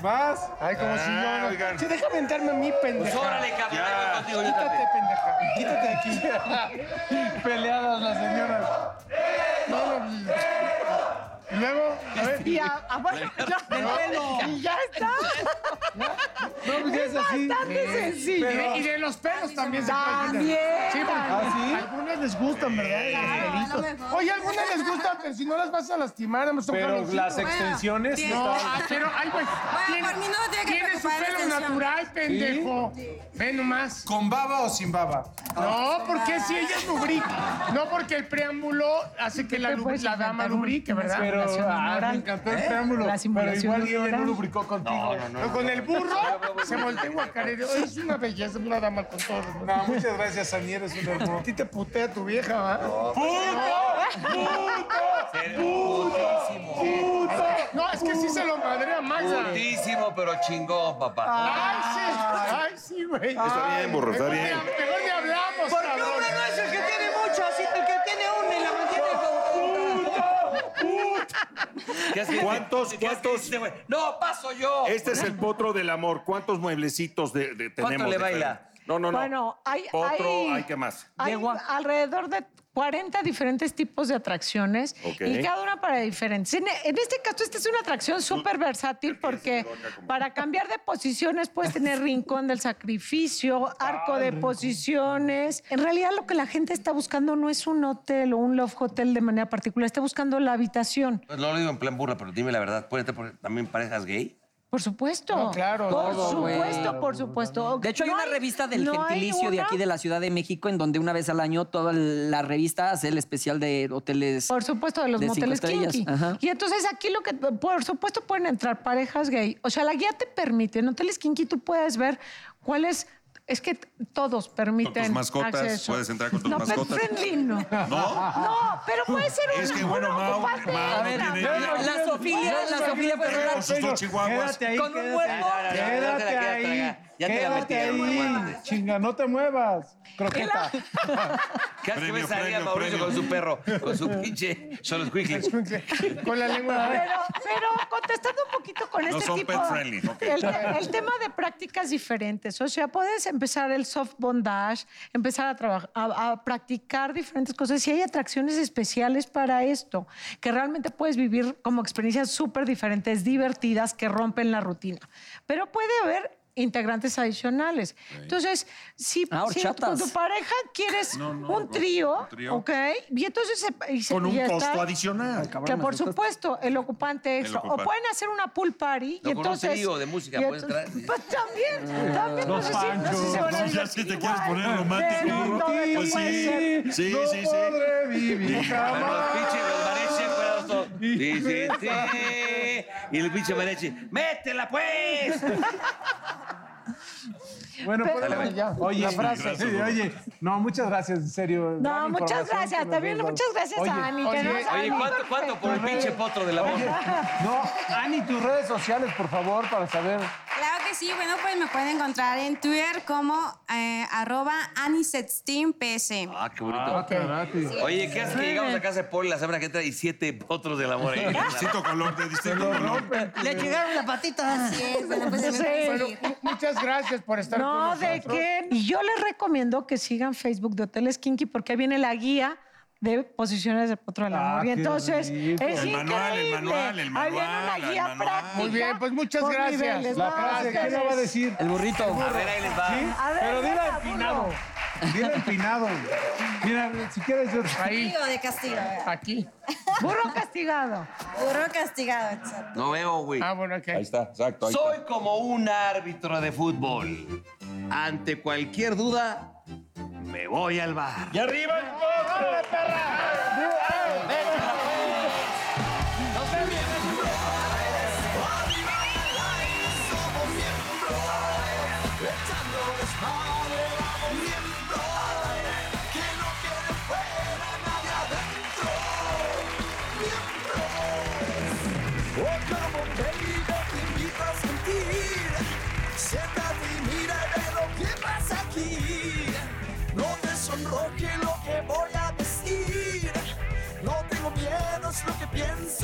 [SPEAKER 2] ¿Vas?
[SPEAKER 5] Ay, como si yo.
[SPEAKER 3] Ah,
[SPEAKER 5] no-
[SPEAKER 3] oigan.
[SPEAKER 5] Sí, déjame entrarme a mí,
[SPEAKER 1] Pues
[SPEAKER 5] pendejo.
[SPEAKER 1] órale, cabrón. ahí voy contigo, yo
[SPEAKER 5] Quítate,
[SPEAKER 1] también.
[SPEAKER 5] pendeja.
[SPEAKER 2] Quítate de aquí. Peleadas las señoras.
[SPEAKER 5] No, no. Y luego, a ver.
[SPEAKER 9] Y a, a- bueno, ya- Y ya está.
[SPEAKER 2] No, pues ya es así.
[SPEAKER 9] Bastante sencillo.
[SPEAKER 5] Y de los pelos también se pueden.
[SPEAKER 9] También.
[SPEAKER 5] Sí, porque
[SPEAKER 2] sí?
[SPEAKER 5] algunas les gustan, ¿verdad?
[SPEAKER 11] Claro, a lo mejor.
[SPEAKER 5] Oye, algunas les gustan, pero si no las vas a lastimar, son
[SPEAKER 2] Pero
[SPEAKER 5] jaloncitos.
[SPEAKER 2] las extensiones
[SPEAKER 11] bien.
[SPEAKER 2] no
[SPEAKER 5] No,
[SPEAKER 2] estaban-
[SPEAKER 5] ah, pero, ay, güey.
[SPEAKER 11] Bueno,
[SPEAKER 5] tiene-
[SPEAKER 11] por mí no me tiene que
[SPEAKER 5] Tiene su
[SPEAKER 11] preocupar la
[SPEAKER 5] pelo
[SPEAKER 11] atención.
[SPEAKER 5] natural, pendejo. Ve nomás.
[SPEAKER 12] ¿Con baba o sin baba?
[SPEAKER 5] No, porque si ella lubrica. No, porque el preámbulo hace que la,
[SPEAKER 9] Te
[SPEAKER 5] lub-
[SPEAKER 9] puedes
[SPEAKER 5] la dama
[SPEAKER 9] inventar un-
[SPEAKER 5] lubrique, ¿verdad?
[SPEAKER 2] Pero
[SPEAKER 9] Simulación
[SPEAKER 2] ah, me
[SPEAKER 9] oral.
[SPEAKER 2] encantó el preámbulo.
[SPEAKER 9] La
[SPEAKER 2] Pero
[SPEAKER 9] simulación
[SPEAKER 2] igual yo no
[SPEAKER 9] oral.
[SPEAKER 2] lubricó contigo.
[SPEAKER 5] ¿Eh? Pero con el burro se voltea guacarero. Es una belleza, una dama con todo. ¿no?
[SPEAKER 2] No, muchas gracias, Ani, eres un
[SPEAKER 5] A
[SPEAKER 2] hermoso.
[SPEAKER 5] ti te putea tu vieja, ¿verdad?
[SPEAKER 12] pues,
[SPEAKER 5] No, es que sí se lo madre a Maxa.
[SPEAKER 1] Putísimo, pero chingón, papá.
[SPEAKER 5] Ay, sí. Ay, sí, güey. Está
[SPEAKER 3] bien, burro, está bien.
[SPEAKER 5] Mejor ni hablamos, cabrón.
[SPEAKER 4] no es el que tiene mucho, así el que tiene uno y la mantiene
[SPEAKER 1] ¿Qué has-
[SPEAKER 3] ¿Cuántos,
[SPEAKER 1] qué has-
[SPEAKER 3] cuántos?
[SPEAKER 1] qué
[SPEAKER 4] Este,
[SPEAKER 1] has- No, paso yo.
[SPEAKER 3] Este es el potro del amor. ¿Cuántos mueblecitos de, de- tenemos?
[SPEAKER 1] le
[SPEAKER 3] diferentes?
[SPEAKER 1] baila?
[SPEAKER 3] No, no, no.
[SPEAKER 9] Bueno, hay-
[SPEAKER 3] Potro,
[SPEAKER 9] hay-
[SPEAKER 3] hay que más.
[SPEAKER 9] Hay
[SPEAKER 4] Yegua.
[SPEAKER 9] alrededor de 40 diferentes tipos de atracciones
[SPEAKER 3] Ok.
[SPEAKER 9] y cada una para diferentes. En, en este caso, esta es una atracción súper versátil porque para cambiar de posiciones puedes tener rincón del sacrificio, arco de posiciones. En realidad lo que la gente está buscando no es un hotel o un love hotel de manera particular, está buscando la habitación.
[SPEAKER 1] Pues no lo digo en plan burla, pero dime la verdad. ¿Pueden estar por- también parejas gay?
[SPEAKER 9] Por supuesto.
[SPEAKER 5] No, claro,
[SPEAKER 9] Por
[SPEAKER 4] todo, güey.
[SPEAKER 9] supuesto, por supuesto.
[SPEAKER 4] De hecho, hay
[SPEAKER 9] No
[SPEAKER 4] una revista del
[SPEAKER 9] no hay
[SPEAKER 4] gentilicio de
[SPEAKER 9] una-
[SPEAKER 4] aquí de la Ciudad de México en donde una vez al año toda la revista hace el especial de hoteles.
[SPEAKER 9] Por supuesto, de los
[SPEAKER 4] de cinco
[SPEAKER 9] moteles
[SPEAKER 4] estrellas,
[SPEAKER 9] kinky.
[SPEAKER 4] ajá.
[SPEAKER 9] Y entonces aquí lo que, por supuesto, pueden entrar parejas gay. O sea, la guía te permite, en hoteles kinky tú puedes ver cuáles, es que t- todos permiten
[SPEAKER 13] Con tus mascotas,
[SPEAKER 9] acceso.
[SPEAKER 13] puedes entrar con tus
[SPEAKER 9] no, pet
[SPEAKER 13] mascotas.
[SPEAKER 9] friendly no.
[SPEAKER 13] ¿No?
[SPEAKER 9] No, pero puede ser una,
[SPEAKER 13] Es que, bueno,
[SPEAKER 9] una
[SPEAKER 13] Mau,
[SPEAKER 9] ocupante.
[SPEAKER 13] Mau,
[SPEAKER 4] A ver,
[SPEAKER 13] no tiene-
[SPEAKER 4] la- la Sofía, la Sofía fue una-
[SPEAKER 13] Sus dos chihuahuas.
[SPEAKER 2] Quédate ahí.
[SPEAKER 4] Con un
[SPEAKER 2] quédate
[SPEAKER 4] muerto.
[SPEAKER 2] ahí,
[SPEAKER 3] No, no, no, no,
[SPEAKER 2] Quédate
[SPEAKER 3] ya te la
[SPEAKER 2] ahí.
[SPEAKER 3] quedas tragar. Ya te la
[SPEAKER 2] quédate
[SPEAKER 3] metieron,
[SPEAKER 2] ahí.
[SPEAKER 3] aguántate.
[SPEAKER 2] Chinga, no te muevas. Croqueta.
[SPEAKER 3] Cada que me salía Mauricio con su perro, con su pinche solo
[SPEAKER 5] Con la lengua.
[SPEAKER 9] Pero, pero contestando un poquito con
[SPEAKER 13] No
[SPEAKER 9] este
[SPEAKER 13] son
[SPEAKER 9] tipo.
[SPEAKER 13] pet friendly, ok.
[SPEAKER 9] el, te- el tema de prácticas diferentes. O sea, puedes empezar el soft bondage, empezar a, traba- a, a practicar diferentes cosas. Y hay atracciones especiales para esto, que realmente puedes vivir como experiencias súper diferentes, divertidas, que rompen la rutina. Pero puede haber integrantes adicionales. Entonces, si,
[SPEAKER 4] Ah,
[SPEAKER 9] si con
[SPEAKER 4] horchatas.
[SPEAKER 9] tu pareja quieres un trío,
[SPEAKER 13] trío.
[SPEAKER 9] ¿ok? Y entonces... se- y se-
[SPEAKER 13] Con
[SPEAKER 9] y
[SPEAKER 13] un
[SPEAKER 9] está-
[SPEAKER 13] costo adicional.
[SPEAKER 9] que por supuesto, el ocupante extra.
[SPEAKER 13] ocupante.
[SPEAKER 9] O pueden hacer una pool party.
[SPEAKER 3] No,
[SPEAKER 9] y
[SPEAKER 3] con un
[SPEAKER 9] entonces,
[SPEAKER 3] trío de música
[SPEAKER 9] y
[SPEAKER 3] puedes
[SPEAKER 9] entonces-
[SPEAKER 3] traer.
[SPEAKER 9] Pues también, también. No,
[SPEAKER 2] Los
[SPEAKER 9] sé si, no sé si se
[SPEAKER 13] No,
[SPEAKER 9] van a
[SPEAKER 13] Ah. ya
[SPEAKER 9] divertir
[SPEAKER 13] si te
[SPEAKER 9] igual,
[SPEAKER 13] quieres poner
[SPEAKER 9] pero
[SPEAKER 13] romántico.
[SPEAKER 9] todo esto
[SPEAKER 13] Pues
[SPEAKER 9] puede ser.
[SPEAKER 13] sí, sí, sí,
[SPEAKER 2] no
[SPEAKER 13] sí.
[SPEAKER 2] podré vivir
[SPEAKER 3] Pero los
[SPEAKER 2] jamás.
[SPEAKER 3] pinches, los mareches, fueron todos, Sí, sí, sí. Y el pinche mareche, ¡métela pues!
[SPEAKER 2] Bueno,
[SPEAKER 9] Pero-
[SPEAKER 2] pero ya. Oye,
[SPEAKER 5] La frase.
[SPEAKER 2] gracias, sí, oye, no, muchas gracias, en serio.
[SPEAKER 9] No,
[SPEAKER 2] gran
[SPEAKER 9] muchas
[SPEAKER 2] información que
[SPEAKER 9] gracias.
[SPEAKER 2] nos
[SPEAKER 9] También
[SPEAKER 2] has dado.
[SPEAKER 9] muchas gracias
[SPEAKER 2] Oye,
[SPEAKER 9] a Ani. que
[SPEAKER 5] oye,
[SPEAKER 9] no es
[SPEAKER 3] Oye,
[SPEAKER 9] Ani.
[SPEAKER 3] ¿cuánto, cuánto por el pinche potro del amor?
[SPEAKER 2] Oye, no, Ani, tus redes sociales, por favor, para saber.
[SPEAKER 11] Claro que sí, bueno, pues me pueden encontrar en Twitter como eh, arroba anisetstinpsm.
[SPEAKER 3] Ah, qué bonito.
[SPEAKER 2] Karate.
[SPEAKER 3] Oye, ¿qué haces que llegamos acá a Cepol la semana que entra y siete potros del amor? ¿eh?
[SPEAKER 13] Distinto color, de distinto color.
[SPEAKER 4] Le llegaron las patitas.
[SPEAKER 11] Así es, bueno, pues
[SPEAKER 9] Ya
[SPEAKER 11] me
[SPEAKER 9] sé.
[SPEAKER 11] pueden
[SPEAKER 5] Bueno,
[SPEAKER 11] seguir.
[SPEAKER 5] mu- muchas gracias por estar con
[SPEAKER 9] No,
[SPEAKER 5] nosotros.
[SPEAKER 9] ¿de qué? Y yo les recomiendo que sigan Facebook de Hoteles Kinky porque ahí viene la guía de posiciones de potro del
[SPEAKER 2] Ah,
[SPEAKER 9] amor. Y
[SPEAKER 2] qué
[SPEAKER 9] entonces,
[SPEAKER 2] rico.
[SPEAKER 9] es
[SPEAKER 13] El
[SPEAKER 9] increíble.
[SPEAKER 13] manual, el manual, el
[SPEAKER 9] Ahí viene
[SPEAKER 13] manual,
[SPEAKER 9] una
[SPEAKER 13] el
[SPEAKER 9] guía
[SPEAKER 13] manual.
[SPEAKER 9] práctica
[SPEAKER 5] Muy bien, pues muchas
[SPEAKER 9] por
[SPEAKER 5] gracias.
[SPEAKER 9] niveles.
[SPEAKER 5] La
[SPEAKER 9] No,
[SPEAKER 2] frase, ¿qué
[SPEAKER 9] ustedes-
[SPEAKER 2] le va a decir?
[SPEAKER 4] El burrito.
[SPEAKER 3] A ver, ahí les va.
[SPEAKER 2] ¿Sí?
[SPEAKER 9] A ver,
[SPEAKER 2] Pero dile
[SPEAKER 9] venga,
[SPEAKER 2] empinado.
[SPEAKER 9] burro.
[SPEAKER 2] Dile empinado. Mira, si quieres yo...
[SPEAKER 5] Ahí,
[SPEAKER 11] Castigo de castigo. ¿verdad?
[SPEAKER 5] aquí.
[SPEAKER 9] Burro castigado.
[SPEAKER 11] Burro castigado, exacto.
[SPEAKER 3] No veo, güey.
[SPEAKER 5] Ah, bueno, aquí.
[SPEAKER 1] Ahí está, exacto. ahí
[SPEAKER 3] Soy como un árbitro de fútbol. Ante cualquier duda, me voy al bar.
[SPEAKER 10] ¡Y arriba el potro!
[SPEAKER 14] sonroje lo que voy a decir. No tengo miedo, es lo que pienso.